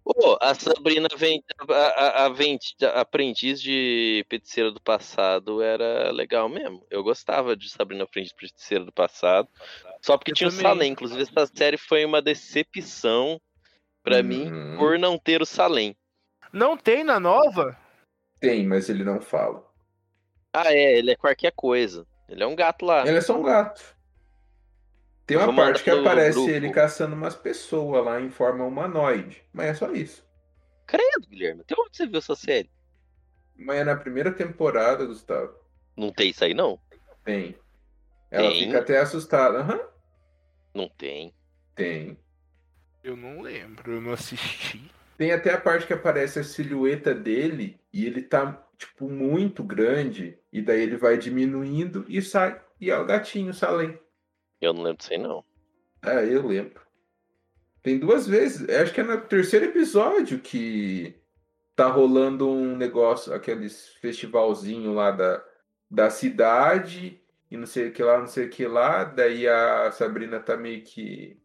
Ô, a Sabrina vem, a, a- a vem- a aprendiz de feiticeira do passado era legal mesmo. Eu gostava de Sabrina aprendiz de feiticeira do passado. Só porque
Eu
tinha o
também.
Salem. Inclusive, essa série foi uma decepção pra mim
Hum,
por não ter o Salem.
Não tem na nova?
Tem, mas ele não fala.
Ah, é, ele é qualquer coisa. Ele é um gato lá.
Ele é só um gato. Tem uma
Vou mandar
parte que
no
aparece
grupo.
ele caçando umas pessoas lá em forma humanoide, mas é só isso.
Credo, Guilherme. Até onde você viu essa série?
Mas é na primeira temporada, Gustavo.
Não tem isso aí, não?
Tem. Ela
Tem?
fica até assustada. Aham,
Não tem.
tem.
Eu não lembro, eu não assisti.
Tem até a parte que aparece a silhueta dele e ele tá, tipo, muito grande. E daí ele vai diminuindo e sai. E é o gatinho, Salem.
Eu não lembro disso aí, não.
Ah, eu lembro. Tem duas vezes. eu Acho que é no terceiro episódio que tá rolando um negócio, aqueles festivalzinho lá da, da cidade e não sei o que lá, não sei o que lá. Daí a Sabrina tá meio que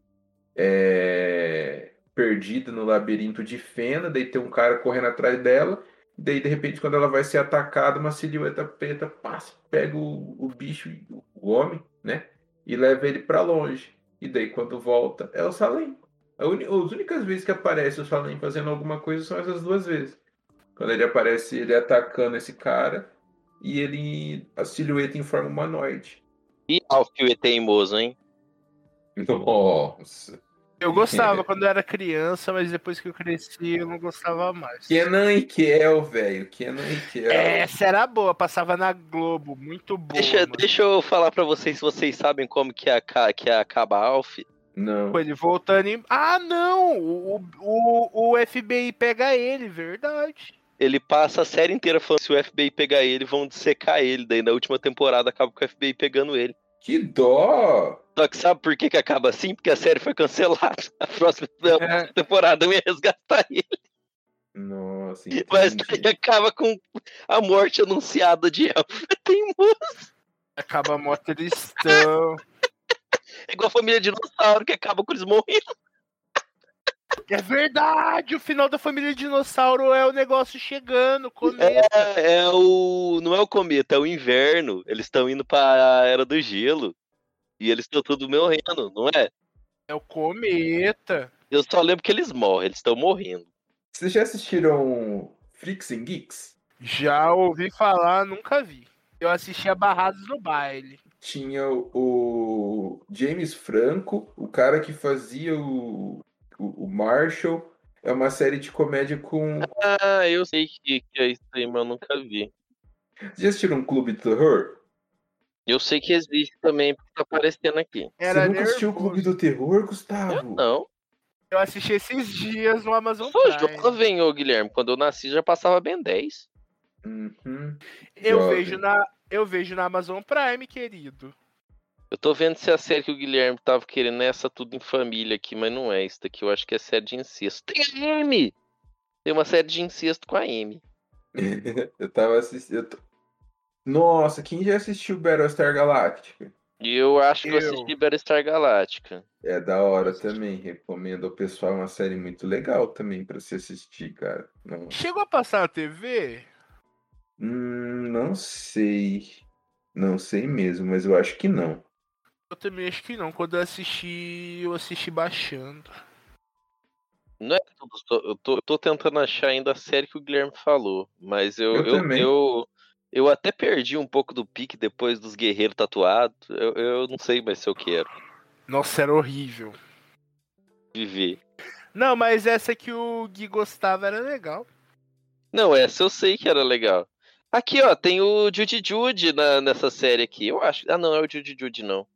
é, perdida no labirinto de fenda. Daí tem um cara correndo atrás dela. Daí, de repente, quando ela vai ser atacada, uma silhueta preta passa, pega o, o bicho, o homem, né? E leva ele pra longe. E daí quando volta é o Salem. A uni- As únicas vezes que aparece o Salem fazendo alguma coisa são essas duas vezes. Quando ele aparece, ele atacando esse cara e ele. a silhueta em forma humanoide.
E Alf e o é teimoso, hein?
Nossa.
Eu gostava quando eu era criança, mas depois que eu cresci eu não gostava mais.
Kenan e Kel, velho. Kenan e Kel.
Essa era boa, passava na Globo, muito boa.
Deixa,
mano.
deixa eu falar pra vocês se vocês sabem como que, aca- que é acaba Alf.
Não.
Ele voltando em. Ah, não! O, o, o FBI pega ele, verdade.
Ele passa a série inteira falando que se o FBI pegar ele, vão dissecar ele. Daí na última temporada acaba com o FBI pegando ele.
Que dó!
Só que sabe por que, que acaba assim? Porque a série foi cancelada. A próxima
É.
temporada eu ia resgatar ele.
Nossa,
Mas
entendi.
daí acaba com a morte anunciada de Alf. Teimoso.
Acaba mó tristão.
É igual a família dinossauro que acaba com eles morrendo.
é verdade, o final da família dinossauro é o negócio chegando, começo.
É, é o. Não é o cometa, é o inverno. Eles estão indo pra Era do Gelo. E eles estão tudo morrendo, não é?
É o cometa.
Eu só lembro que eles morrem, eles estão morrendo.
Vocês já assistiram Freaks and Geeks?
Já ouvi falar, nunca vi. Eu assistia Barrados no baile.
tinha o- o James Franco, o cara que fazia o, o, o Marshall. É uma série de comédia com.
Ah, eu sei que, que é isso aí, mas eu nunca vi.
Vocês já assistiram um Clube do Terror?
Eu sei que existe também, porque tá aparecendo aqui.
Era
Você nunca assistiu o
nervoso.
Clube do Terror, Gustavo?
Não,
Eu assisti esses dias no Amazon
eu sou
Prime.
jovem, ô Guilherme. Quando eu nasci já passava bem 10.
Uhum.
Eu
Jovem.
vejo, na, eu vejo na Amazon Prime, querido.
Eu tô vendo se a série que o Guilherme tava querendo é essa tudo em família aqui, mas não é isso daqui. Eu acho que é série de incesto. Tem a M! Tem uma série de incesto com a M.
Eu tava assistindo. Nossa, quem já assistiu Battlestar Galactica?
E eu acho que eu,
Eu.
assisti Battlestar Galáctica.
É da hora também. Recomendo ao pessoal. É uma série muito legal também pra se assistir, cara. Não,
Chegou a passar na TV?
hum, não sei. Não sei mesmo, mas eu acho que não.
Eu também acho que não. Quando eu assisti, eu assisti baixando.
Não é tudo. só- Eu tô, eu tô tentando achar ainda a série que o Guilherme falou. Mas eu.
Eu
Eu, eu,
também.
eu, até perdi um pouco do pique depois dos guerreiros tatuados. Eu, eu não sei mais se eu quero
Nossa, era horrível.
viver.
Não, mas essa que o Gui gostava era legal.
Não, essa eu sei que era legal. Aqui, ó, tem o Judy Judy na, nessa série aqui. Eu acho. Ah, não, é o Judy Judy, não.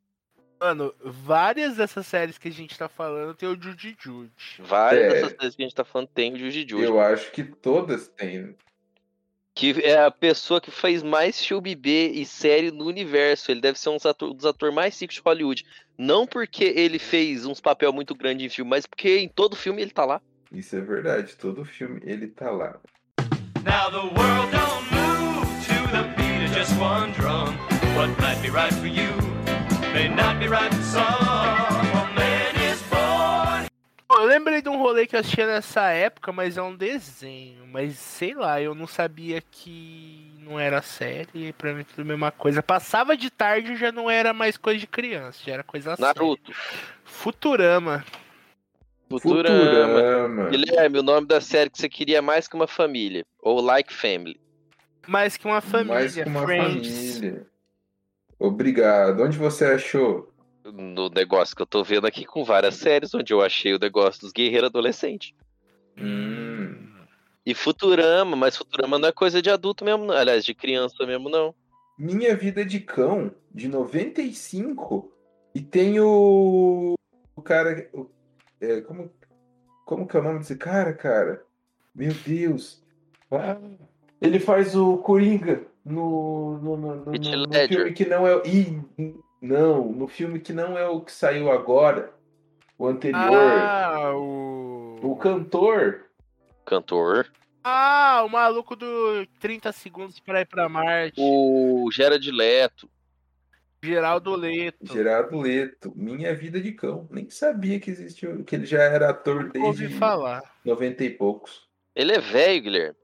Mano, várias dessas séries que a gente tá falando tem o Judy Judy.
Várias
É.
dessas coisas que a gente tá falando tem o Judy Judy.
Eu acho que todas têm.
Que é a pessoa que fez mais filme B e série no universo. Ele deve ser um dos ator- dos atores mais ricos de Hollywood. Não porque ele fez uns papel muito grande em filme, mas porque em todo filme ele tá lá.
Isso é verdade. Todo filme ele tá lá.
Now the world don't move to the beat of just one drum. What might be right for you may not be right for some. A man is born.
Pô, Eu lembrei de um rolê que eu assistia nessa época, mas é um desenho. Mas sei lá, eu não sabia que não era série. Pra mim, tudo é a mesma coisa. Passava de tarde já não era mais coisa de criança, já era coisa séria.
Naruto.
Futurama.
Futurama.
Ele...
Guilherme, o nome da série que você queria é mais que uma família. Ou Like Family.
Mais que é uma família.
Mais que uma
Friends.
família. Obrigado. Onde você achou?
No negócio que eu tô vendo aqui com várias séries, onde eu achei o negócio dos guerreiros adolescentes.
Hum.
E Futurama, mas Futurama não é coisa de adulto mesmo, não. Aliás, de criança mesmo, não.
Minha Vida de Cão, de 95, e tem o, o cara. o- é, como, como que é o nome desse cara, cara? Meu Deus! Ah, ele faz o Coringa no, no, no, no-
Heath
no
Ledger.
filme que não é. o- Ih, não, no filme que não é o que saiu agora, o anterior.
Ah, o.
O cantor.
Cantor.
Ah, o maluco do 30 segundos pra ir pra Marte.
O Gerard Leto.
Geraldo
Hum.
Leto.
Gerardo Leto, Minha Vida de Cão. Nem sabia que existiu, que ele já era ator
Nunca ouvi
desde
falar.
90 e poucos.
Ele é velho, Guilherme.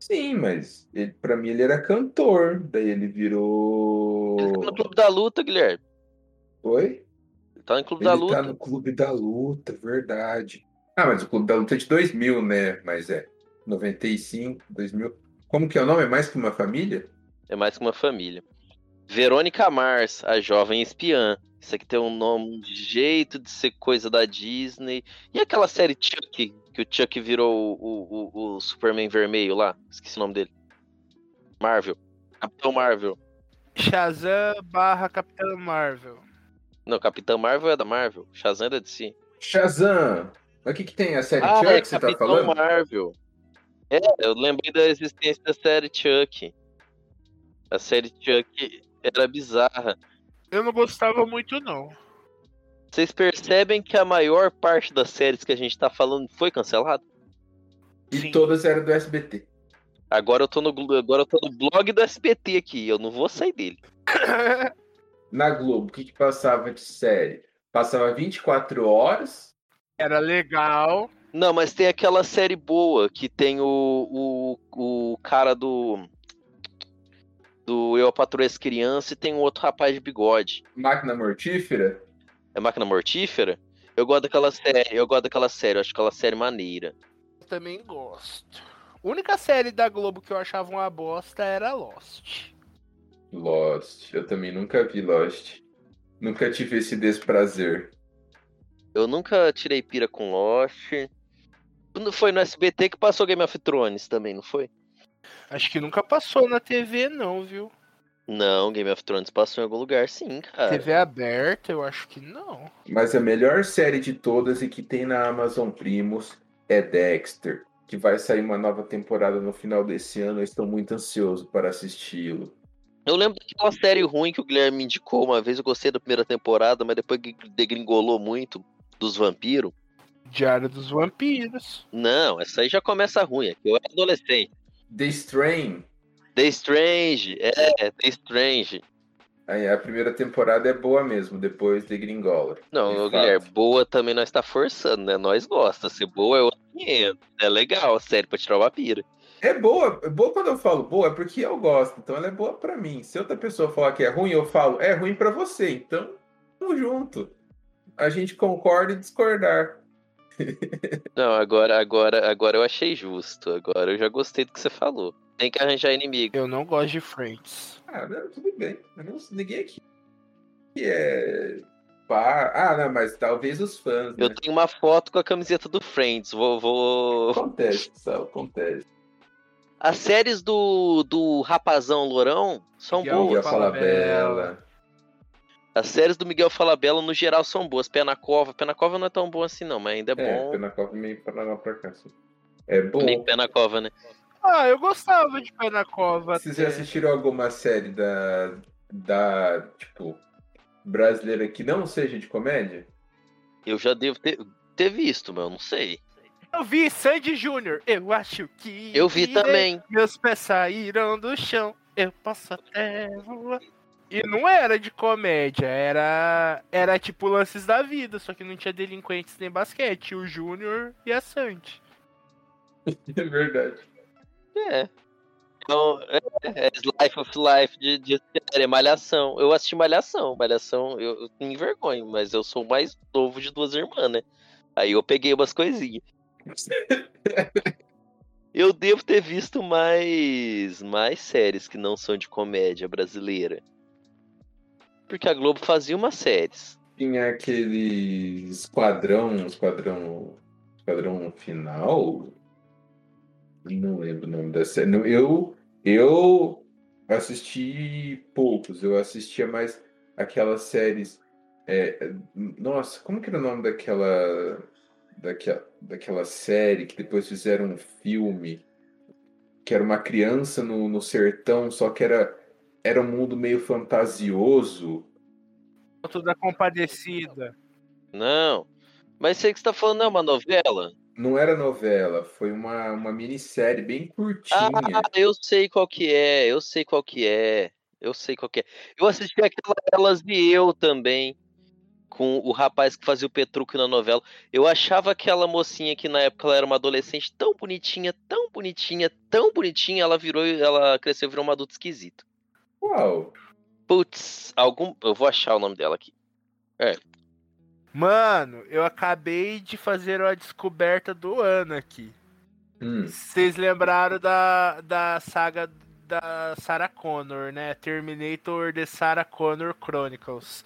Sim, mas ele, pra mim ele era cantor. Daí ele virou.
Ele tá no Clube da Luta, Guilherme.
Oi?
Ele tá no Clube
Ele
da
tá
Luta.
no Clube da Luta, verdade. Ah, mas o Clube da Luta é de 2000, né? Mas é. 95, 2000. Como que é o nome? É mais que uma família?
É mais que uma família. Verônica Mars, a jovem espiã. Isso aqui tem um nome, um jeito de ser coisa da Disney. E aquela série Chuck, que o Chuck virou o, o- o Superman vermelho lá? Esqueci o nome dele. Marvel. Capitão Marvel.
Shazam barra Capitã Marvel.
Não, Capitão Marvel é da Marvel. Shazam é de si.
Shazam! Mas o que, que tem? A série
Ah,
Chuck
é
que você tá
Capitão
falando?
Marvel. É, eu lembrei da existência da série Chuck. A série Chuck era bizarra.
Eu não gostava muito, não.
Vocês percebem que a maior parte das séries que a gente tá falando foi cancelada?
E
Sim.
todas eram do SBT.
Agora eu tô no Glo- agora eu tô no blog do SBT aqui, eu não vou sair dele.
Na Globo, o que, que passava de série? Passava 24 horas.
Era legal.
Não, mas tem aquela série boa que tem o, o, o cara do do Eu Patrulho as Crianças e tem um outro rapaz de bigode.
Máquina Mortífera?
É Máquina Mortífera? Eu gosto daquela série, eu gosto daquela série, eu acho aquela série maneira.
Eu também gosto. A única série da Globo que eu achava uma bosta era Lost.
Lost. Eu também nunca vi Lost. Nunca tive esse desprazer.
Eu nunca tirei pira com Lost. Quando foi no SBT que passou Game of Thrones também, não foi?
Acho que nunca passou na TV, não, viu?
Não, Game of Thrones passou em algum lugar, sim, cara.
TV aberta, eu acho que não.
Mas a melhor série de todas e que tem na Amazon Primos é Dexter, que vai sair uma nova temporada no final desse ano. Eu estou muito ansioso para assisti-lo.
Eu lembro daquela série ruim que o Guilherme me indicou uma vez, eu gostei da primeira temporada, mas depois que degringolou muito dos vampiros.
Diário dos Vampiros.
Não, essa aí já começa ruim, é que eu era adolescente.
The Strain.
The Strange, é, The Strange.
Aí A primeira temporada é boa mesmo, depois The Gringola.
Não,
De
ô,
fato.
Guilherme, boa também nós tá forçando, né? Nós gosta, se boa é outro 500. É legal, a série pra tirar uma pira.
É boa, é boa quando eu falo boa, é porque eu gosto, então ela é boa pra mim. Se outra pessoa falar que é ruim, eu falo, é ruim pra você, então tamo junto. A gente concorda e discordar.
Não, agora, agora, agora eu achei justo. Agora eu já gostei do que você falou. Tem que arranjar inimigo.
Eu não gosto de Friends.
Ah, não, tudo bem. Eu não, ninguém aqui que é. pá. Ah, não, mas talvez os fãs. Né?
Eu tenho uma foto com a camiseta do Friends. Vou, vou,
Acontece, Sal, acontece.
As séries do, do Rapazão Lourão são
Miguel
boas.
Ia
Fala
falar
Bela.
bela.
As séries do Miguel Falabella, no geral, são boas. Pé na Cova. Pé na Cova não é tão bom assim, não, mas ainda é
É,
bom.
pena copa meio pra lá pra cá. assim. É bom.
Nem Pé na Cova, né?
Ah, eu gostava de Pé na Cova.
Vocês
até.
já assistiram alguma série da. da. tipo. brasileira que não seja de comédia?
Eu já devo ter, ter visto, mas eu não sei.
Eu vi Sandy Júnior. Eu acho que.
Eu vi também.
Meus pés saíram do chão. Eu posso até voar. E não era de comédia, era era tipo lances da vida, só que não tinha delinquentes nem basquete, tinha o Júnior e a Sandy.
É verdade.
É. Então, é, é Life of Life de, de série, é Malhação. Eu assisti Malhação. Malhação, eu, eu me envergonho, mas eu sou o mais novo de duas irmãs, né? Aí eu peguei umas coisinhas. Eu devo ter visto mais, mais séries que não são de comédia brasileira. Porque a Globo fazia umas séries.
Tinha aquele esquadrão, esquadrão, esquadrão final. Não lembro o nome da série. Não, Eu, eu Eu assisti poucos, eu assistia mais aquelas séries. é, é, nossa, como que era o nome daquela, daquela. daquela série que depois fizeram um filme? Que era uma criança no, no sertão, só que era, era um mundo meio fantasioso.
Foto da Compadecida.
Não. Mas sei que você tá falando, não é uma novela?
Não era novela, foi uma, uma minissérie bem curtinha.
Ah, eu sei qual que é, eu sei qual que é. Eu sei qual que é. Eu assisti aquela Elas e Eu também, com o rapaz que fazia o Petrucco na novela. Eu achava aquela mocinha que na época ela era uma adolescente tão bonitinha, tão bonitinha, tão bonitinha, ela virou, ela cresceu e virou uma adulta esquisita.
Uau!
Putz, algum. Eu vou achar o nome dela aqui.
Mano, eu acabei de fazer uma descoberta do ano aqui.
Hum,
Vocês lembraram da, da saga da Sarah Connor, né? Terminator The Sarah Connor Chronicles.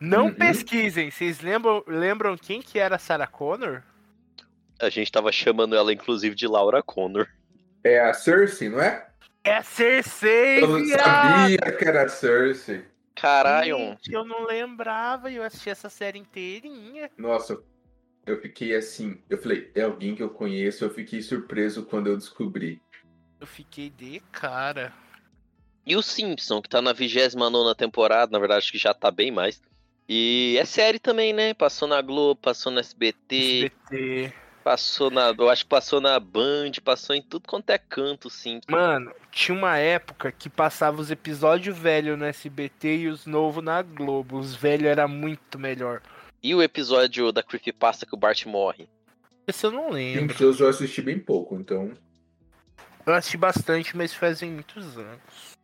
Não
Uhum.
pesquisem. Vocês lembram, lembram quem que era a Sarah Connor?
A gente tava chamando ela, inclusive, de Laura Connor.
É a Cersei, não é?
É a Cersei,
Eu não
viado!
sabia que era a Cersei.
Caralho.
Gente, eu não lembrava e eu assisti essa série inteirinha.
Nossa, eu fiquei assim. Eu falei, é alguém que eu conheço. Eu fiquei surpreso quando eu descobri.
Eu fiquei de cara.
E o Simpson, que tá na 29 temporada, na verdade, acho que já tá bem mais. E é série também, né? Passou na Globo, passou no SBT,
SBT.
passou na. Eu acho que passou na Band, passou em tudo quanto é canto, Simpson.
Mano, tinha uma época que passava os episódios velhos no SBT e os novos na Globo. Os velhos era muito melhor.
E o episódio da Creepypasta que o Bart morre.
Esse eu não lembro.
Simpsons eu assisti bem pouco, então.
Eu assisti bastante, mas fazem muitos anos.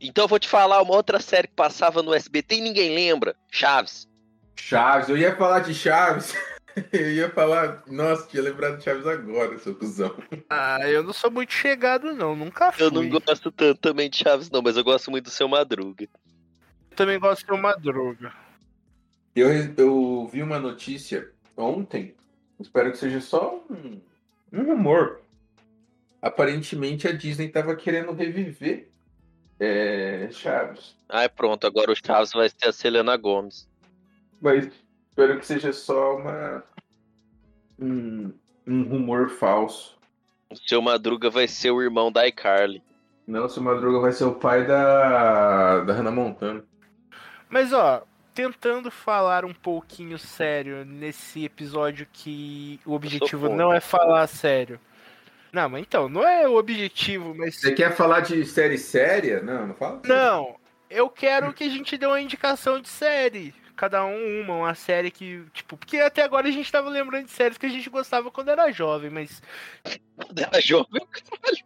Então eu vou te falar uma outra série que passava no SBT e ninguém lembra. Chaves.
Chaves, eu ia falar de Chaves. Eu ia falar, nossa, tinha lembrado de Chaves agora, seu cuzão.
Ah, eu não sou muito chegado, não. Nunca fui.
Eu não gosto tanto também de Chaves, não, mas eu gosto muito do seu Madruga.
também gosto de uma droga.
Eu, eu vi uma notícia ontem, espero que seja só um, um rumor. Aparentemente a Disney tava querendo reviver é, Chaves.
Ai, pronto, agora o Chaves vai ser a Selena Gomes.
Mas espero que seja só uma. Um, um rumor falso.
O seu Madruga vai ser o irmão da iCarly.
Nelson Madruga vai ser o pai da, da Hannah Montana.
Mas ó, tentando falar um pouquinho sério nesse episódio que o objetivo
contra.
não é falar sério. Não, mas então, não é o objetivo, mas.
Você quer falar de série séria? Não, não fala? assim.
Não, eu quero que a gente dê uma indicação de série. Cada um uma, uma série que, tipo, porque até agora a gente tava lembrando de séries que a gente gostava quando era jovem, mas
Era jovem, caralho.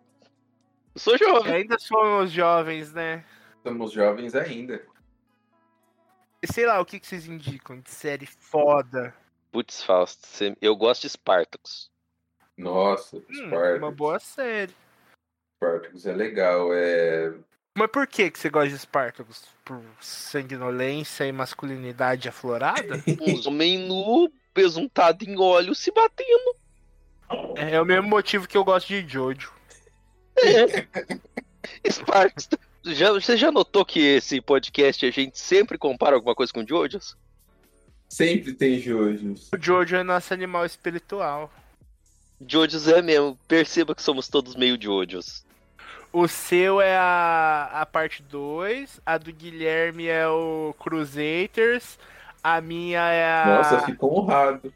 Eu sou jovem.
ainda somos jovens, né?
Somos jovens ainda.
Sei lá, o que, que vocês indicam de série foda?
Putz, Fausto, você- eu gosto de Spartacus.
Nossa,
Hum,
Spartacus.
uma boa série.
Spartacus é legal. É...
Mas por que, que você gosta de Spartacus? Por sanguinolência e masculinidade aflorada?
Uns homens nu, besuntado em óleo, se batendo.
é o mesmo motivo que eu gosto de Jojo.
Spartacus. Já, você já notou que esse podcast a gente sempre compara alguma coisa com Jojo's?
Sempre tem Jojos.
O Jojo é nosso animal espiritual.
Jojo's é mesmo. Perceba que somos todos meio Jojo's.
O seu é a, a parte 2, a do Guilherme é o Crusaders, a minha é a.
Nossa, fico honrado.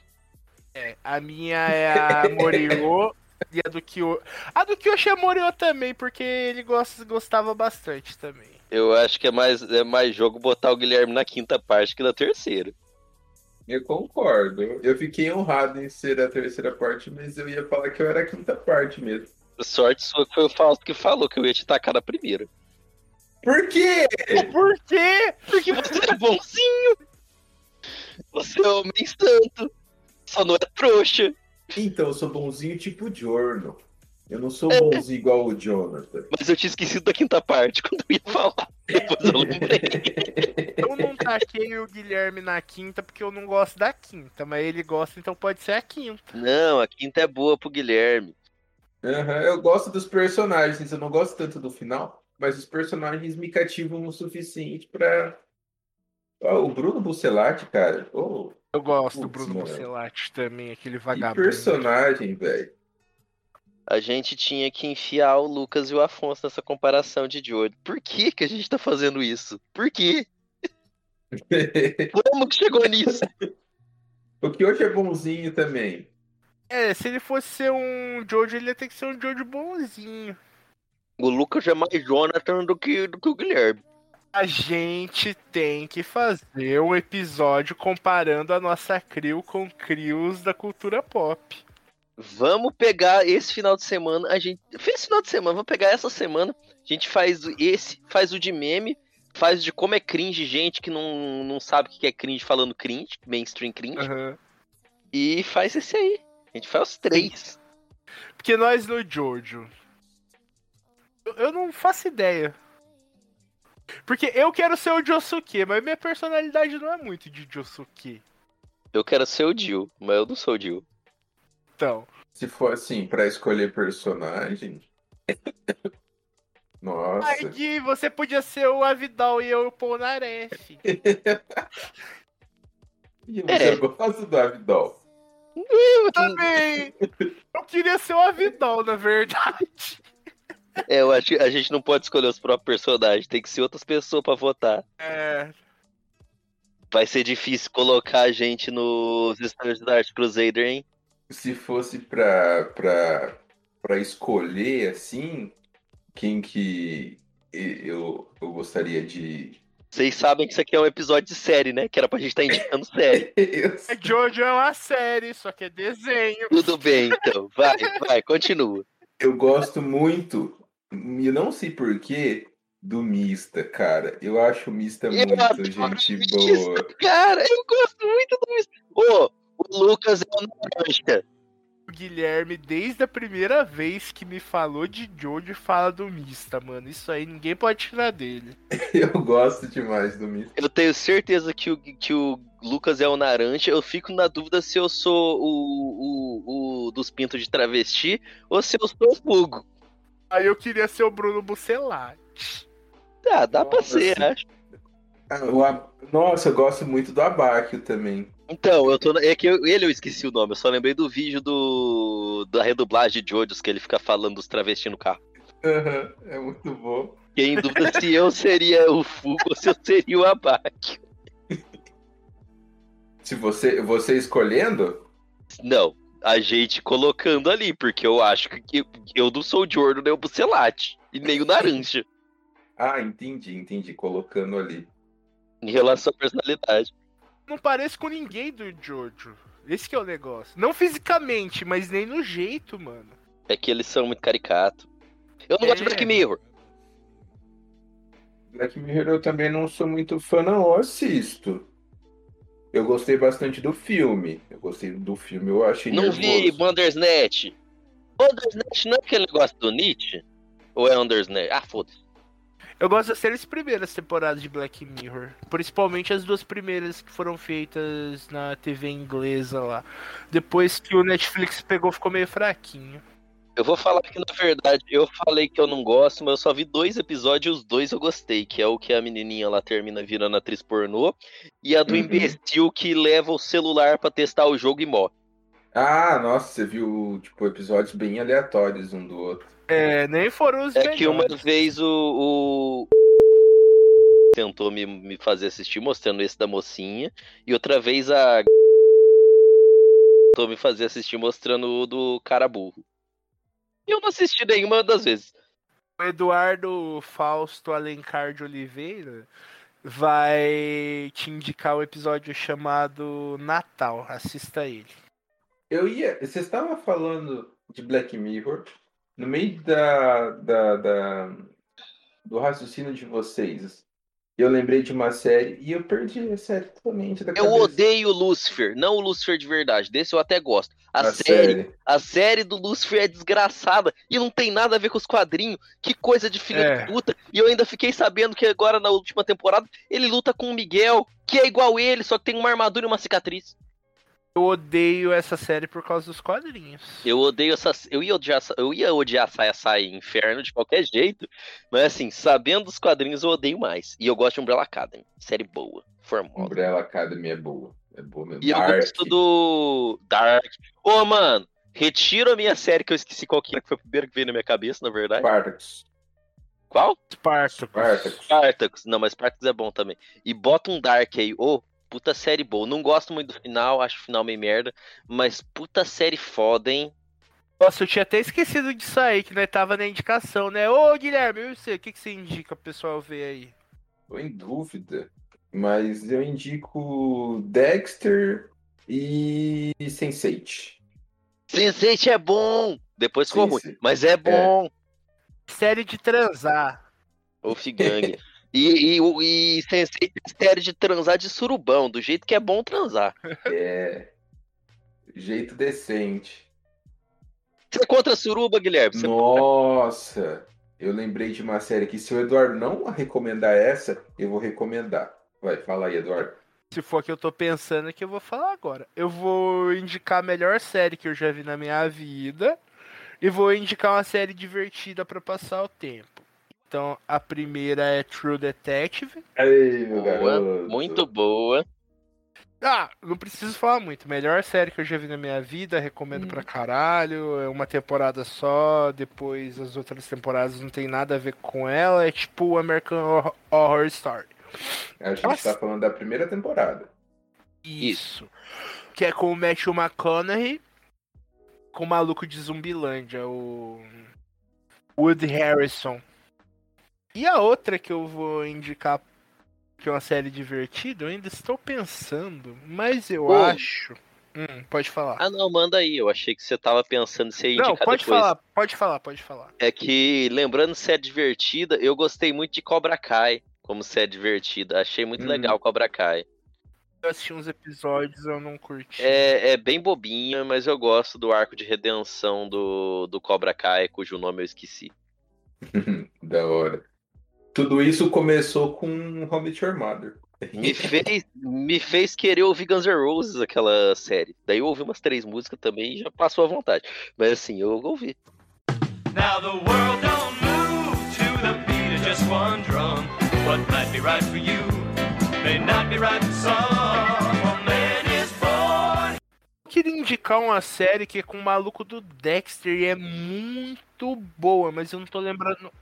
é, a minha é a Morio e a do Kyo. A do Kyoshi é Morio também, porque ele gosta, gostava bastante também.
Eu acho que é mais, é mais jogo botar o Guilherme na quinta parte que na terceira.
Eu concordo. Eu fiquei honrado em ser a terceira parte, mas eu ia falar que eu era a quinta parte mesmo.
Sorte sua que foi o Fausto que falou que eu ia te tacar na primeira.
Por quê?
Por quê?
Porque você é bonzinho. Você é homem santo. Só não é trouxa.
Então, eu sou bonzinho tipo o Jorno. Eu não sou bonzinho igual o Jonathan.
Mas eu tinha esquecido da quinta parte quando eu ia falar. Depois eu lembrei.
Eu não taquei o Guilherme na quinta porque eu não gosto da quinta, mas ele gosta, então pode ser a quinta.
Não, a quinta é boa pro Guilherme.
Aham, eu gosto dos personagens, eu não gosto tanto do final. mas os personagens me cativam o suficiente pra. Ó, o Bruno Bucelati, cara. Oh, ô,
Eu gosto do
Putz,
Bruno
mano.
Bucelati também, aquele
que
vagabundo.
personagem, velho.
A gente tinha que enfiar o Lucas e o Afonso nessa comparação de Jordan. Por que que a gente tá fazendo isso? Por quê? Como que chegou nisso?
o que hoje é bonzinho também.
É, se ele fosse ser um Jojo, ele ia ter que ser um Jojo bonzinho.
O Lucas é mais Jonathan do que, do que o Guilherme.
A gente tem que fazer um episódio comparando a nossa crew com crios da cultura pop.
Vamos pegar esse final de semana, a gente. Fez final de semana, vamos pegar essa semana. A gente faz esse, faz o de meme, faz o de como é cringe, gente que não, não sabe o que é cringe falando cringe, mainstream cringe.
Aham.
E faz esse aí. A gente faz os três.
Porque nós no Jojo. eu- Eu não faço ideia. Porque eu quero ser o Josuke, mas minha personalidade não é muito de Josuke.
Eu quero ser o Jill, mas eu não sou o Jill.
Então,
Se for assim, pra escolher personagem. Nossa.
Ai, Gui, você podia ser o Avidal e eu o Polnareff.
E você
É.
gosta do Avidol?
Eu também! Eu queria ser o Avidal, na verdade.
É, eu acho que a gente não pode escolher os próprios personagens, tem que ser outras pessoas pra votar.
É,
Vai ser difícil colocar a gente nos Stars da Arte Crusader, hein?
Se fosse pra, pra, pra escolher, assim, quem que e- eu, eu gostaria de.
Vocês sabem que isso aqui é um episódio de série, né? Que era pra gente estar indicando série.
Eu-
é Jojo é uma série, só que é desenho.
Tudo bem, então. Vai, vai, continua.
Eu gosto muito, e não sei porquê, do Mista, cara. Eu acho o Mista
Eu
muito
adoro
gente
o
boa.
Cara, eu gosto muito do Mr. Ô, o Lucas é o Naranja.
O Guilherme, desde a primeira vez que me falou de Jojo, fala do Mista, mano. Isso aí ninguém pode tirar dele.
Eu gosto demais do Mista.
Eu tenho certeza que o, que o Lucas é o Naranja. Eu fico na dúvida se eu sou o, o, o dos pintos de travesti ou se eu sou o Fugo.
Aí eu queria ser o Bruno Bucelati.
Tá, dá pra
Nossa.
ser, acho.
Ah, o Ab- Nossa, eu gosto muito do Abáquio também.
Então, eu tô. na- É que eu- ele eu esqueci o nome, eu só lembrei do vídeo do. da redublagem de Jojos que ele fica falando dos travestis no carro.
Aham, É muito bom.
Fiquei em dúvida se eu seria o Fugo ou se eu seria o Abaque.
Se você, você escolhendo,
Não, a gente colocando ali, porque eu acho que eu, eu não sou o Jordan, nem o Bucelate, e nem o Naranja,
ah, entendi, entendi, colocando ali.
em relação à personalidade.
Não pareço com ninguém do Jojo. Esse que é o negócio. Não fisicamente, mas nem no jeito, mano.
É que eles são muito caricato. Eu não gosto de
É.
Black Mirror.
Black Mirror eu também não sou muito fã, não. Eu assisto. Eu gostei bastante do filme. Eu gostei do filme, eu achei
Não vi
nervoso.
Bandersnatch. Bandersnatch não é aquele negócio do Nietzsche? Ou é Bandersnatch? Ah, foda-se.
Eu gosto das três primeiras temporadas de Black Mirror. Principalmente as duas primeiras que foram feitas na TV inglesa lá. Depois que o Netflix pegou, ficou meio fraquinho.
Eu vou falar que, na verdade, eu falei que eu não gosto, mas eu só vi dois episódios e os dois eu gostei, que é o que a menininha lá termina virando atriz pornô e a do
Uhum.
imbecil que leva o celular pra testar o jogo e morre.
Ah, nossa, você viu, tipo, episódios bem aleatórios um do outro.
É, nem foram os
É que uma
melhores.
vez o... o tentou me, me fazer assistir mostrando esse da mocinha e outra vez a tentou me fazer assistir mostrando o do cara burro. E eu não assisti nenhuma das vezes.
O Eduardo Fausto Alencar de Oliveira vai te indicar o episódio chamado Natal. Assista ele.
Eu ia. Você estava falando de Black Mirror. No meio da, da, da- do raciocínio de vocês, eu lembrei de uma série e eu perdi a série totalmente da
Eu
cabeça.
odeio o Lúcifer, não o Lúcifer de verdade, desse eu até gosto. A,
a
série,
série.
a série do Lúcifer é desgraçada e não tem nada a ver com os quadrinhos. Que coisa de filha
É.
de puta. E eu ainda fiquei sabendo que agora na última temporada ele luta com o Miguel, que é igual ele, só que tem uma armadura e uma cicatriz.
Eu odeio essa série por causa dos quadrinhos.
Eu odeio essa. Eu ia odiar, essa- eu ia odiar Saia Saia e Inferno de qualquer jeito. Mas assim, sabendo dos quadrinhos, eu odeio mais. E eu gosto de Umbrella Academy. Série boa, formosa.
Umbrella Academy é boa. É boa mesmo.
E eu gosto do. Dark. Ô, mano, retiro a minha série que eu esqueci qual que era, que foi o primeiro que veio na minha cabeça, na verdade.
Spartacus.
Qual?
Spartacus.
Spartacus.
Spartacus. Não, mas Spartacus é bom também. E bota um Dark aí. Ô, puta série boa. Não gosto muito do final, acho o final meio merda. Mas puta série foda, hein?
Nossa, eu tinha até esquecido disso aí, que não tava na indicação, né? Ô, Guilherme, e você? O que, que você indica pro pessoal ver aí?
Tô em dúvida. Mas eu indico Dexter e Sense8.
Sense8 é bom! Depois ficou ruim,
Sense-
mas é bom!
Série de transar.
Ô, Figang. E, e, o- e Sense8 é série de transar de surubão, do jeito que é bom transar.
É. Jeito decente.
Você é contra suruba, Guilherme? Você- é
Nossa! Eu lembrei de uma série que se o Eduardo não recomendar essa, eu vou recomendar. Vai, fala aí, Eduardo.
Se for a que eu tô pensando, é que eu vou falar agora. Eu vou indicar a melhor série que eu já vi na minha vida. E vou indicar uma série divertida pra passar o tempo. Então, a primeira é True Detective.
Ei, meu
Boa,
garoto.
muito boa.
Ah, não preciso falar muito. Melhor série que eu já vi na minha vida, recomendo pra caralho. É uma temporada só, depois as outras temporadas não tem nada a ver com ela. É tipo American Hor- Horror Story.
A gente
Nossa.
tá falando da primeira temporada.
Isso. Que é com o Matthew McConaughey, com o maluco de Zumbilândia, o Wood Harrison. E a outra que eu vou indicar, que é uma série divertida, eu ainda estou pensando, mas eu
Ô.
acho... Hum, pode falar.
Ah, não, manda aí. Eu achei que você tava pensando se ia indicar
Não, pode
depois.
falar, pode falar, pode falar.
É que, lembrando se é divertida, eu gostei muito de Cobra Kai como se é divertida. Achei muito
Hum.
legal Cobra Kai.
Eu assisti uns episódios, eu não curti.
É, é bem bobinha, mas eu gosto do arco de redenção do, do Cobra Kai, cujo nome eu esqueci.
Da hora. Tudo isso começou com How I Met Your Mother.
Me fez, me fez querer ouvir Guns N' Roses, aquela série. Daí eu ouvi umas três músicas também e já passou à vontade. Mas assim, eu ouvi.
Now the world don't move to the beat of just one drum. What might be right for you may not be right for some. A man is born.
Eu queria indicar uma série que é com o maluco do Dexter e é muito boa, mas eu não tô lembrando.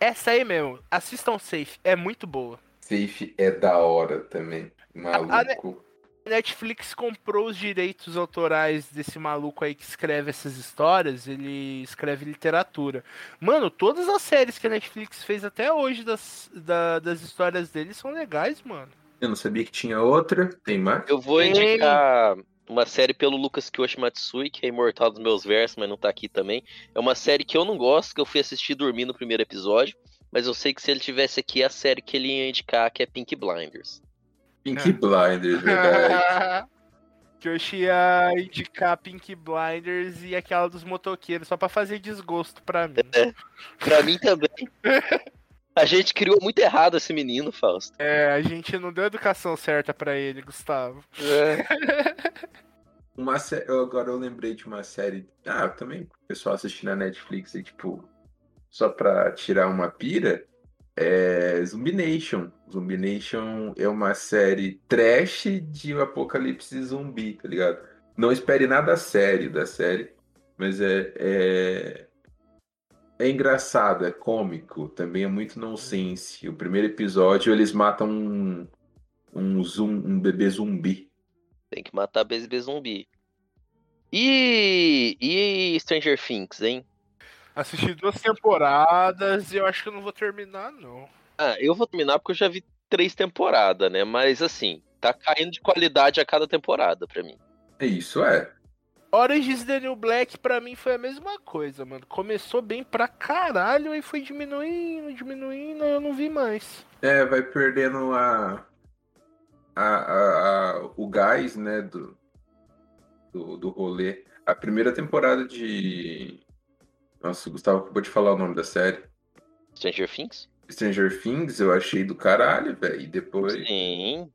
Essa aí mesmo, assistam Safe, é muito boa.
Safe é da hora também.
Ah, né?
Maluco.
A Netflix comprou os direitos autorais desse maluco aí que escreve essas histórias, ele escreve literatura. Mano, todas as séries que a Netflix fez até hoje das, da- das histórias dele são legais, mano.
Eu não sabia que tinha outra. Tem mais?
Eu vou
Ei.
indicar uma série pelo Lucas Kiyoshi Matsui, que é imortal dos meus versos, mas não tá aqui também. É uma série que eu não gosto, que eu fui assistir dormir no primeiro episódio, mas eu sei que se ele tivesse aqui, a série que ele ia indicar, que é Pink Blinders.
Pink Blinders, verdade.
que eu ia indicar Pink Blinders e aquela dos motoqueiros, só pra fazer desgosto pra mim.
Pra mim também. A gente criou muito errado esse menino, Fausto.
É, a gente não deu a educação certa pra ele, Gustavo.
Uma sé- eu- Agora eu lembrei de uma série. Ah, também o pessoal assistir na Netflix e tipo, só pra tirar uma pira. É Zumbi Nation. Zumbi Nation é uma série trash de apocalipse zumbi, tá ligado? Não espere nada sério da série, mas é, é... é engraçado, é cômico, também é muito nonsense. O primeiro episódio eles matam um, um, zum... um bebê zumbi.
Tem que matar BSB zumbi. E, e Stranger Things, hein?
Assisti duas temporadas e eu acho que eu não vou terminar, não.
Ah, eu vou terminar porque eu já vi três temporadas, né? Mas assim, tá caindo de qualidade a cada temporada pra mim.
É Isso é.
Orange is the New Black pra mim foi a mesma coisa, mano. Começou bem pra caralho e foi diminuindo, diminuindo, eu não vi mais.
É, vai perdendo a, a, a- a- o gás, né, do, do, do rolê. A primeira temporada de. Nossa, o Gustavo acabou de falar o nome da série.
Stranger Things?
Stranger Things, eu achei do caralho, velho. E depois
Sim.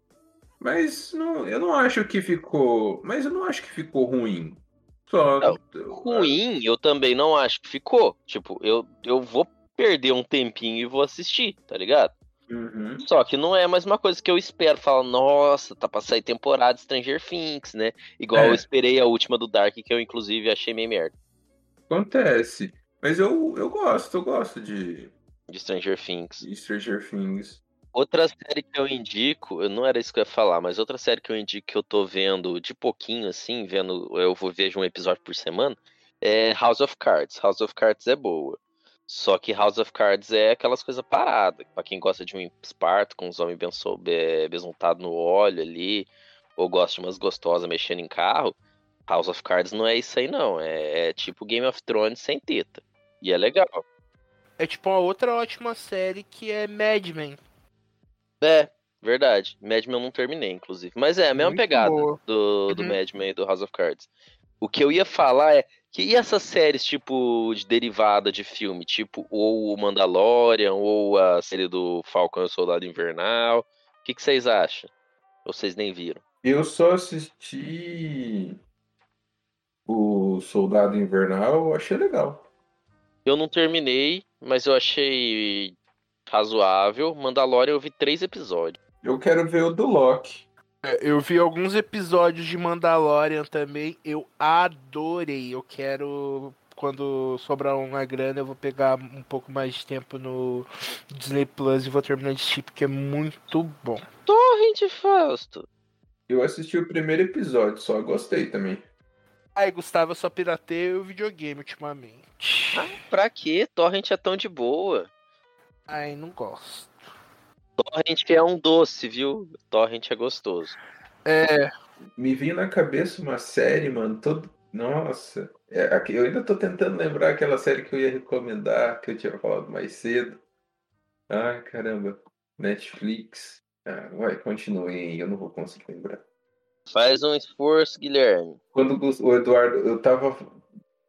Mas não, eu não acho que ficou. Mas eu não acho que ficou ruim. Só.
Não,
é.
Ruim, eu também não acho que ficou. Tipo, eu, eu vou perder um tempinho e vou assistir, tá ligado?
Uhum.
Só que não é mais uma coisa que eu espero. Falar, nossa, tá pra sair temporada de Stranger Things, né? Igual
É.
eu esperei a última do Dark, que eu inclusive achei meio merda.
Acontece. Mas eu, eu gosto, eu gosto de,
De Stranger Things.
de Stranger Things.
Outra série que eu indico, eu não era isso que eu ia falar, mas outra série que eu indico que eu tô vendo de pouquinho, assim, vendo, eu vou vejo um episódio por semana, é House of Cards. House of Cards é boa. Só que House of Cards é aquelas coisas paradas. Pra quem gosta de um esparto com os homens benso- be- besuntados no óleo ali, ou gosta de umas gostosas mexendo em carro, House of Cards não é isso aí, não. É, é tipo Game of Thrones sem teta. E é legal.
É tipo uma outra ótima série que é Mad Men.
É, verdade. Mad Men eu não terminei, inclusive. Mas é a mesma
Muito
pegada
boa.
do, do
Uhum.
Mad Men e do House of Cards. O que eu ia falar é que e essas séries tipo de derivada de filme, tipo ou o Mandalorian ou a série do Falcão e o Soldado Invernal? O que, que vocês acham? Ou Vocês nem viram.
Eu só assisti o Soldado Invernal, eu achei legal.
Eu não terminei, mas eu achei razoável. Mandalorian eu vi três episódios.
Eu quero ver o do Loki.
É, Eu vi alguns episódios de Mandalorian também, eu adorei. Eu quero, quando sobrar uma grana, eu vou pegar um pouco mais de tempo no Disney Plus e vou terminar de assistir, porque é muito bom.
Torre de Fausto.
Eu assisti o primeiro episódio, só gostei também.
Ai, Gustavo, eu só pirateio o videogame ultimamente.
Ah, pra quê? Torrent é tão de boa.
Ai, não gosto.
Torrent é um doce, viu? Torrent é gostoso.
É,
Me vinha na cabeça uma série, mano, todo. Nossa, É, aqui- eu ainda tô tentando lembrar aquela série que eu ia recomendar, que eu tinha falado mais cedo. Ai, caramba, Netflix. Ah, vai, continuem aí, eu não vou conseguir lembrar.
Faz um esforço, Guilherme.
Quando o Gus- o Eduardo, eu tava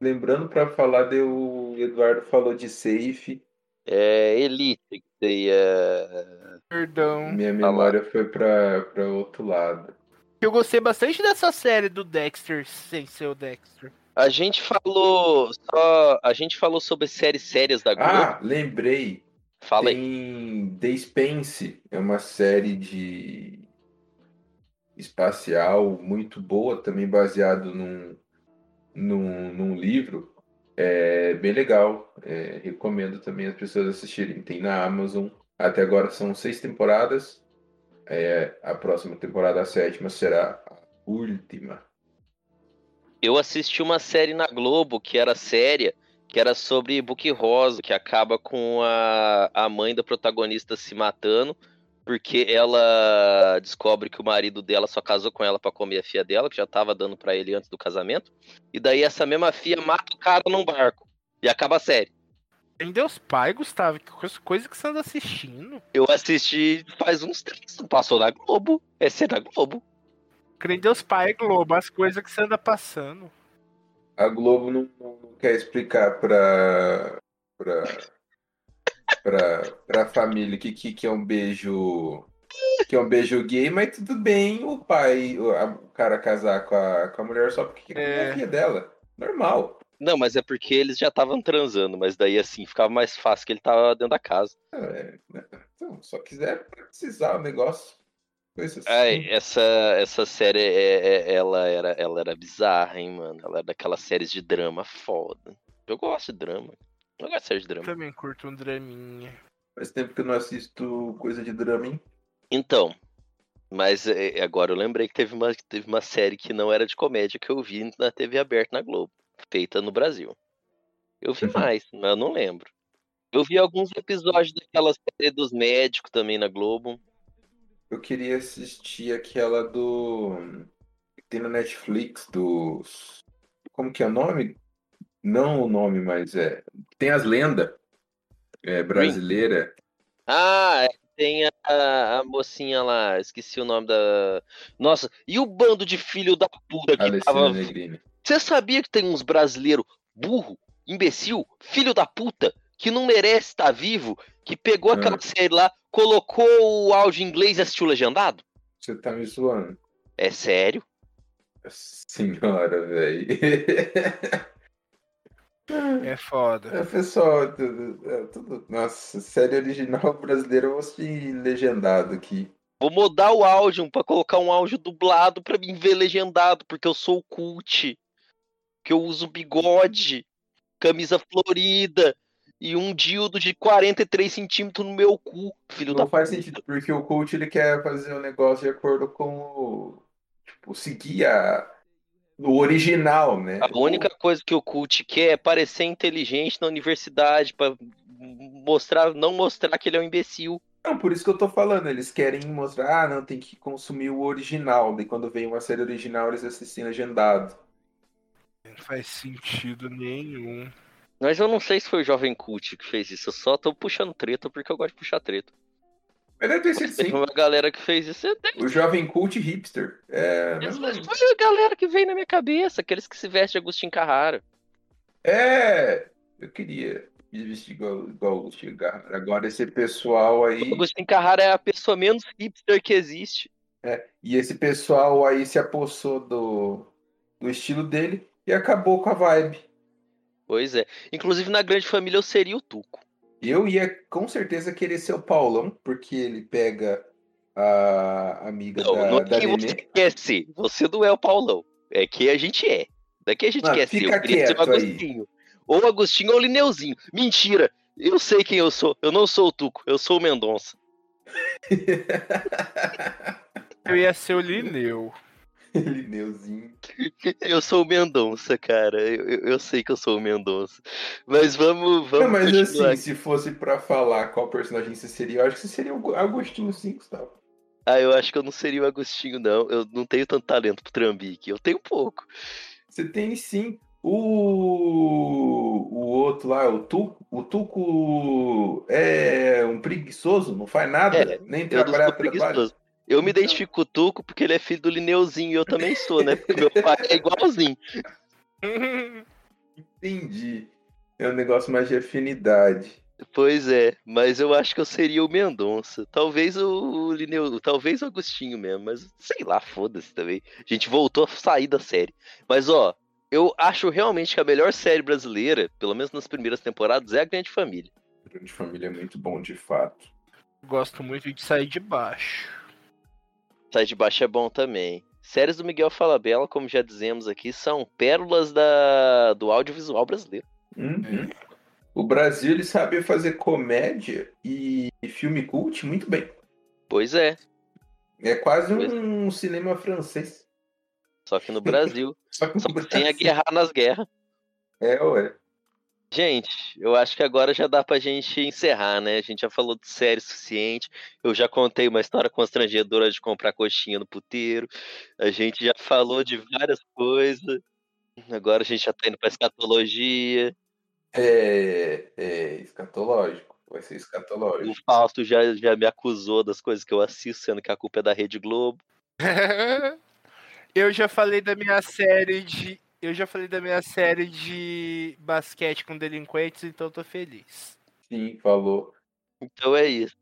lembrando pra falar, daí o Eduardo falou de safe,
É elite que é, você ia.
perdão.
minha
Tá lá.
memória foi pra pra outro lado.
Eu gostei bastante dessa série do Dexter sem ser o Dexter.
A gente falou. Só... A gente falou sobre séries sérias da Globo.
Ah, lembrei.
Fala aí.
Tem The Expanse, é uma série de espacial muito boa, também baseado num, num, num livro. É bem legal. É, recomendo também as pessoas assistirem. Tem na Amazon. Até agora são seis temporadas. É, a próxima temporada, a sétima, será a última.
Eu assisti uma série na Globo que era séria, que era sobre Book Rosa, que acaba com a, a mãe da protagonista se matando, porque ela descobre que o marido dela só casou com ela pra comer a filha dela, que já tava dando pra ele antes do casamento. E daí essa mesma filha mata o cara num barco. E acaba a série.
Em Deus Pai, Gustavo, que coisa, coisa que você anda assistindo.
Eu assisti faz uns três, não passou na Globo. É série da Globo.
Crê em Deus Pai, Globo, as coisas que você anda passando.
A Globo não, não- não quer explicar para pra, pra, pra família que, que, que é um beijo que é um beijo gay, mas tudo bem o pai, o, a- o cara casar com a, com a mulher só porque
É.
é a filha dela. Normal.
Não, mas é porque eles já estavam transando, mas daí assim ficava mais fácil que ele tava dentro da casa.
É, né? então, só quiser precisar o negócio. Coisa assim.
Ai, essa, essa série, é- é- ela, era, ela era bizarra, hein, mano? Ela era daquelas séries de drama foda. Eu gosto de drama. Eu gosto de série de drama.
Também curto um draminha.
Faz tempo que eu não assisto coisa de drama, hein?
Então, mas é, agora eu lembrei que teve uma, teve uma série que não era de comédia que eu vi na TV aberta na Globo, feita no Brasil. Eu vi
Uhum.
mais, mas eu não lembro. Eu vi alguns episódios daquela série dos médicos também na Globo.
Eu queria assistir aquela do. que Tem na Netflix dos. Como que é o nome? Não o nome, mas é. Tem as lendas. É brasileira.
Ah, é, tem a- a, a mocinha lá, esqueci o nome da. Nossa, e o bando de filho da puta que
Alessandra
tava.
Negrini.
Você sabia que tem uns brasileiros burro, imbecil, filho da puta, que não merece
Hum.
estar vivo, que pegou aquela série lá, colocou o áudio em inglês e assistiu legendado?
Você tá me zoando.
É sério?
Senhora, velho.
É foda.
É, pessoal, tudo, é, tudo- Nossa, série original brasileira eu vou assistir legendado aqui.
Vou mudar o áudio pra colocar um áudio dublado pra mim ver legendado, porque eu sou o cult. Que eu uso bigode, camisa florida e um dildo de 43 centímetros no meu cu, filho
Não
da
faz
puta.
sentido, porque o coach ele quer fazer um negócio de acordo com o. Tipo, seguir a... o original, né?
A única coisa que o cult quer é parecer inteligente na universidade pra mostrar, não mostrar que ele é um imbecil.
Não, por isso que eu tô falando, eles querem mostrar, ah, não, tem que consumir o original. Daí quando vem uma série original, eles assistem legendado.
Não faz sentido nenhum.
Mas eu não sei se foi o jovem cult que fez isso, eu só tô puxando treta porque eu gosto de puxar treta.
Mas deve ter sido
Mas teve
sim.
uma galera que fez isso, eu até
O jovem cult hipster. É, mesmo.
Mas foi a galera que veio na minha cabeça, aqueles que se vestem de Agostinho Carrara.
é eu queria me vestir igual, igual o Agostinho Carrara. Agora esse pessoal aí,
O Agostinho Carrara é a pessoa menos hipster que existe.
e esse pessoal aí se apossou do, do estilo dele e acabou com a vibe.
Pois é. Inclusive, na grande família, eu seria o Tuco.
Eu ia com certeza querer ser o Paulão, porque ele pega a amiga
Não,
da,
não é
da
que você
Nenê.
quer ser. Você não é o Paulão. É que a gente é. Daqui a gente
Mano,
quer ser.
fica
Eu queria ser o
quieto aí.
Agostinho. Ou o Agostinho ou o Lineuzinho. Mentira! Eu sei quem eu sou. Eu não sou o Tuco, eu sou o Mendonça.
Eu ia ser o Lineu.
Lineuzinho.
Eu sou o Mendonça, cara. Eu, eu- eu sei que eu sou o Mendonça. Mas vamos, vamos
Não, mas
continuar
assim, se fosse pra falar qual personagem você seria, eu acho que você seria o Agostinho sim, Gustavo.
Ah, eu acho que eu não seria o Agostinho, não. Eu não tenho tanto talento pro trambique. Eu tenho pouco.
Você tem sim o, o outro lá, o Tuco. O Tuco é um preguiçoso, não faz nada,
É,
nem
Eu não
trabalhar,
sou
trabalha.
preguiçoso. Eu me
Então-
identifico com o Tuco porque ele é filho do Lineuzinho e eu também sou, né? Porque meu pai é igualzinho.
Entendi. É um negócio mais de afinidade.
Pois é, mas eu acho que eu seria o Mendonça. Talvez o o Lineu, talvez o Agostinho mesmo, mas sei lá, foda-se também. A gente voltou a sair da série. Mas ó, eu acho realmente que a melhor série brasileira, pelo menos nas primeiras temporadas, é a Grande Família.
Grande família é muito bom, de fato.
Gosto muito de sair de baixo.
Sai de baixo é bom também. Séries do Miguel Falabella, como já dizemos aqui, são pérolas da... do audiovisual brasileiro.
Uhum. O Brasil ele sabe fazer comédia e filme cult muito bem.
Pois é,
É quase um cinema francês.
só que no Brasil.
Só que
só
no
que tem a
Brasil-
guerra nas guerras.
É, ué.
Gente, eu acho que agora já dá pra gente encerrar, né? A gente já falou de série suficiente. Eu já contei uma história constrangedora de comprar coxinha no puteiro. A gente já falou de várias coisas. Agora a gente já tá indo pra escatologia.
É, é escatológico. Vai ser
O
escatológico.
Fausto já, já me acusou das coisas que eu assisto, sendo que a culpa é da Rede Globo.
Eu já falei da minha série de. Eu já falei da minha série de basquete com delinquentes, então tô feliz.
Sim, falou.
Então é isso.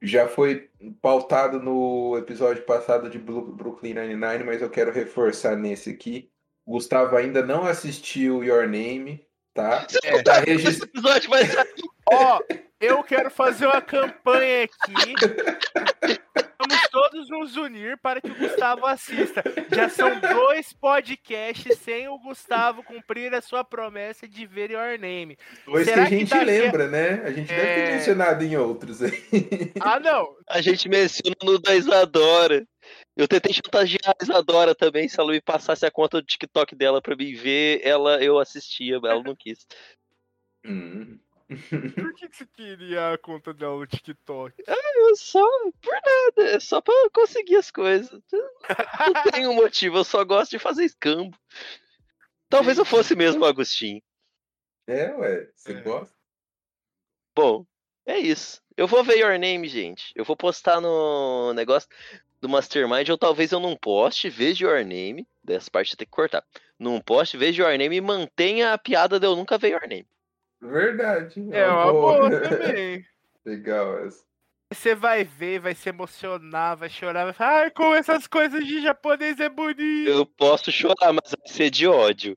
Já foi pautado no episódio passado de Bru- Brooklyn Nine-Nine, mas eu quero reforçar nesse aqui. Gustavo ainda não assistiu Your Name, tá?
É.
Tá
Esse
registrado.
episódio vai sair.
Ó, eu quero fazer uma campanha aqui. Vamos todos nos unir para que o Gustavo assista. Já são dois podcasts sem o Gustavo cumprir a sua promessa de ver Your Name.
Dois que
Será
a
que
gente
dá
lembra, né? A gente deve ter
É.
mencionado em outros aí.
Ah, não.
A gente menciona no da Isadora. Eu tentei chantagear a Isadora também. Se ela me passasse a conta do TikTok dela pra mim ver, ela, eu assistia, mas ela não quis.
Hum.
Por que que você queria a conta dela no TikTok?
Eu só, por nada, é só pra eu conseguir as coisas. Eu Não tenho motivo, eu só gosto de fazer escambo. Talvez eu fosse mesmo o Agostinho.
É, ué, você
É.
gosta?
Bom, é isso. Eu vou ver Your Name, gente. Eu vou postar no negócio do Mastermind, ou talvez eu não poste, veja Your Name. Dessa parte eu tenho que cortar. Não poste, veja Your Name e mantenha a piada de eu nunca ver Your Name.
Verdade.
É uma boa É também.
Legal essa.
Você vai ver, vai se emocionar, vai chorar, vai falar, ai, como essas coisas de japonês é bonito.
Eu posso chorar, mas vai ser de ódio.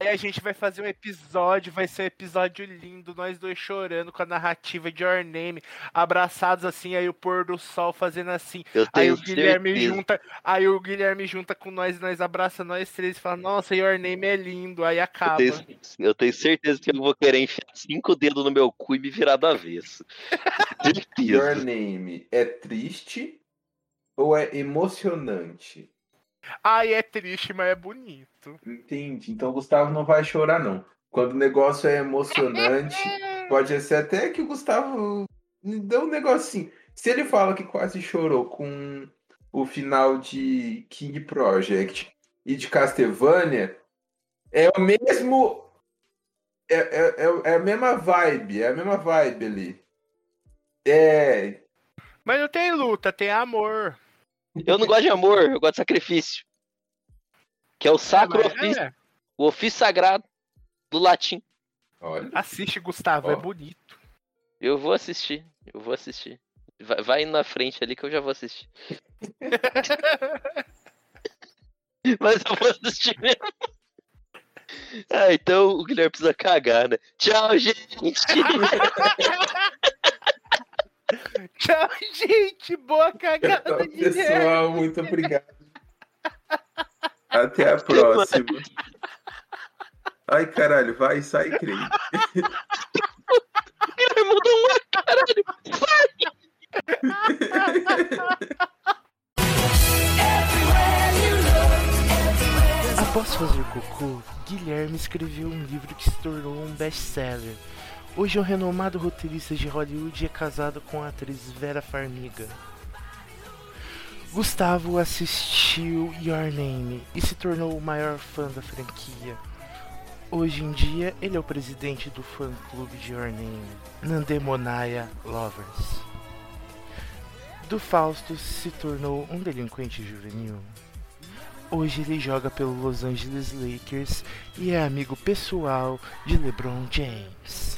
Aí a gente vai fazer um episódio, vai ser um episódio lindo, nós dois chorando com a narrativa de Your Name, abraçados assim, aí o pôr do sol fazendo assim.
Eu
Aí
tenho
o Guilherme
certeza.
junta, aí o Guilherme junta com nós, nós abraça nós três e fala, nossa, Your Name é lindo, aí
Eu
acaba.
tenho, eu tenho certeza que eu vou querer enfiar cinco dedos no meu cu e me virar do avesso.
Your
certeza.
Name é triste ou é emocionante?
Ai, é triste, mas é bonito.
Entendi. Então o Gustavo não vai chorar, não. Quando o negócio é emocionante, pode ser até que o Gustavo me dê um negocinho. Se ele fala que quase chorou com o final de King Project e de Castlevania, é o mesmo. É, é, é- é a mesma vibe, é a mesma vibe ali. É.
Mas não tem luta, tem amor.
Eu não gosto de amor, eu gosto de sacrifício. Que é o sacro
Mas
ofício,
é.
o ofício sagrado do latim.
Olha.
Assiste, Gustavo,
Ó.
é bonito.
Eu vou assistir, eu vou assistir. Vai, vai indo na frente ali que eu já vou assistir. Mas eu vou assistir mesmo. Ah, então o Guilherme precisa cagar, né? Tchau, gente!
Tchau, gente, boa
Então,
cagada, Guilherme.
pessoal, muito obrigado. Até a próxima. Ai, caralho, vai, sai, creio.
Ele mandou uma caralho.
Após fazer cocô, Guilherme escreveu um livro que se tornou um best-seller. Hoje, um renomado roteirista de Hollywood é casado com a atriz Vera Farmiga. Gustavo assistiu Your Name e se tornou o maior fã da franquia. Hoje em dia, ele é o presidente do fã-clube de Your Name, Nandemonaya Lovers. Do Fausto se tornou um delinquente juvenil. Hoje ele joga pelo Los Angeles Lakers e é amigo pessoal de LeBron James.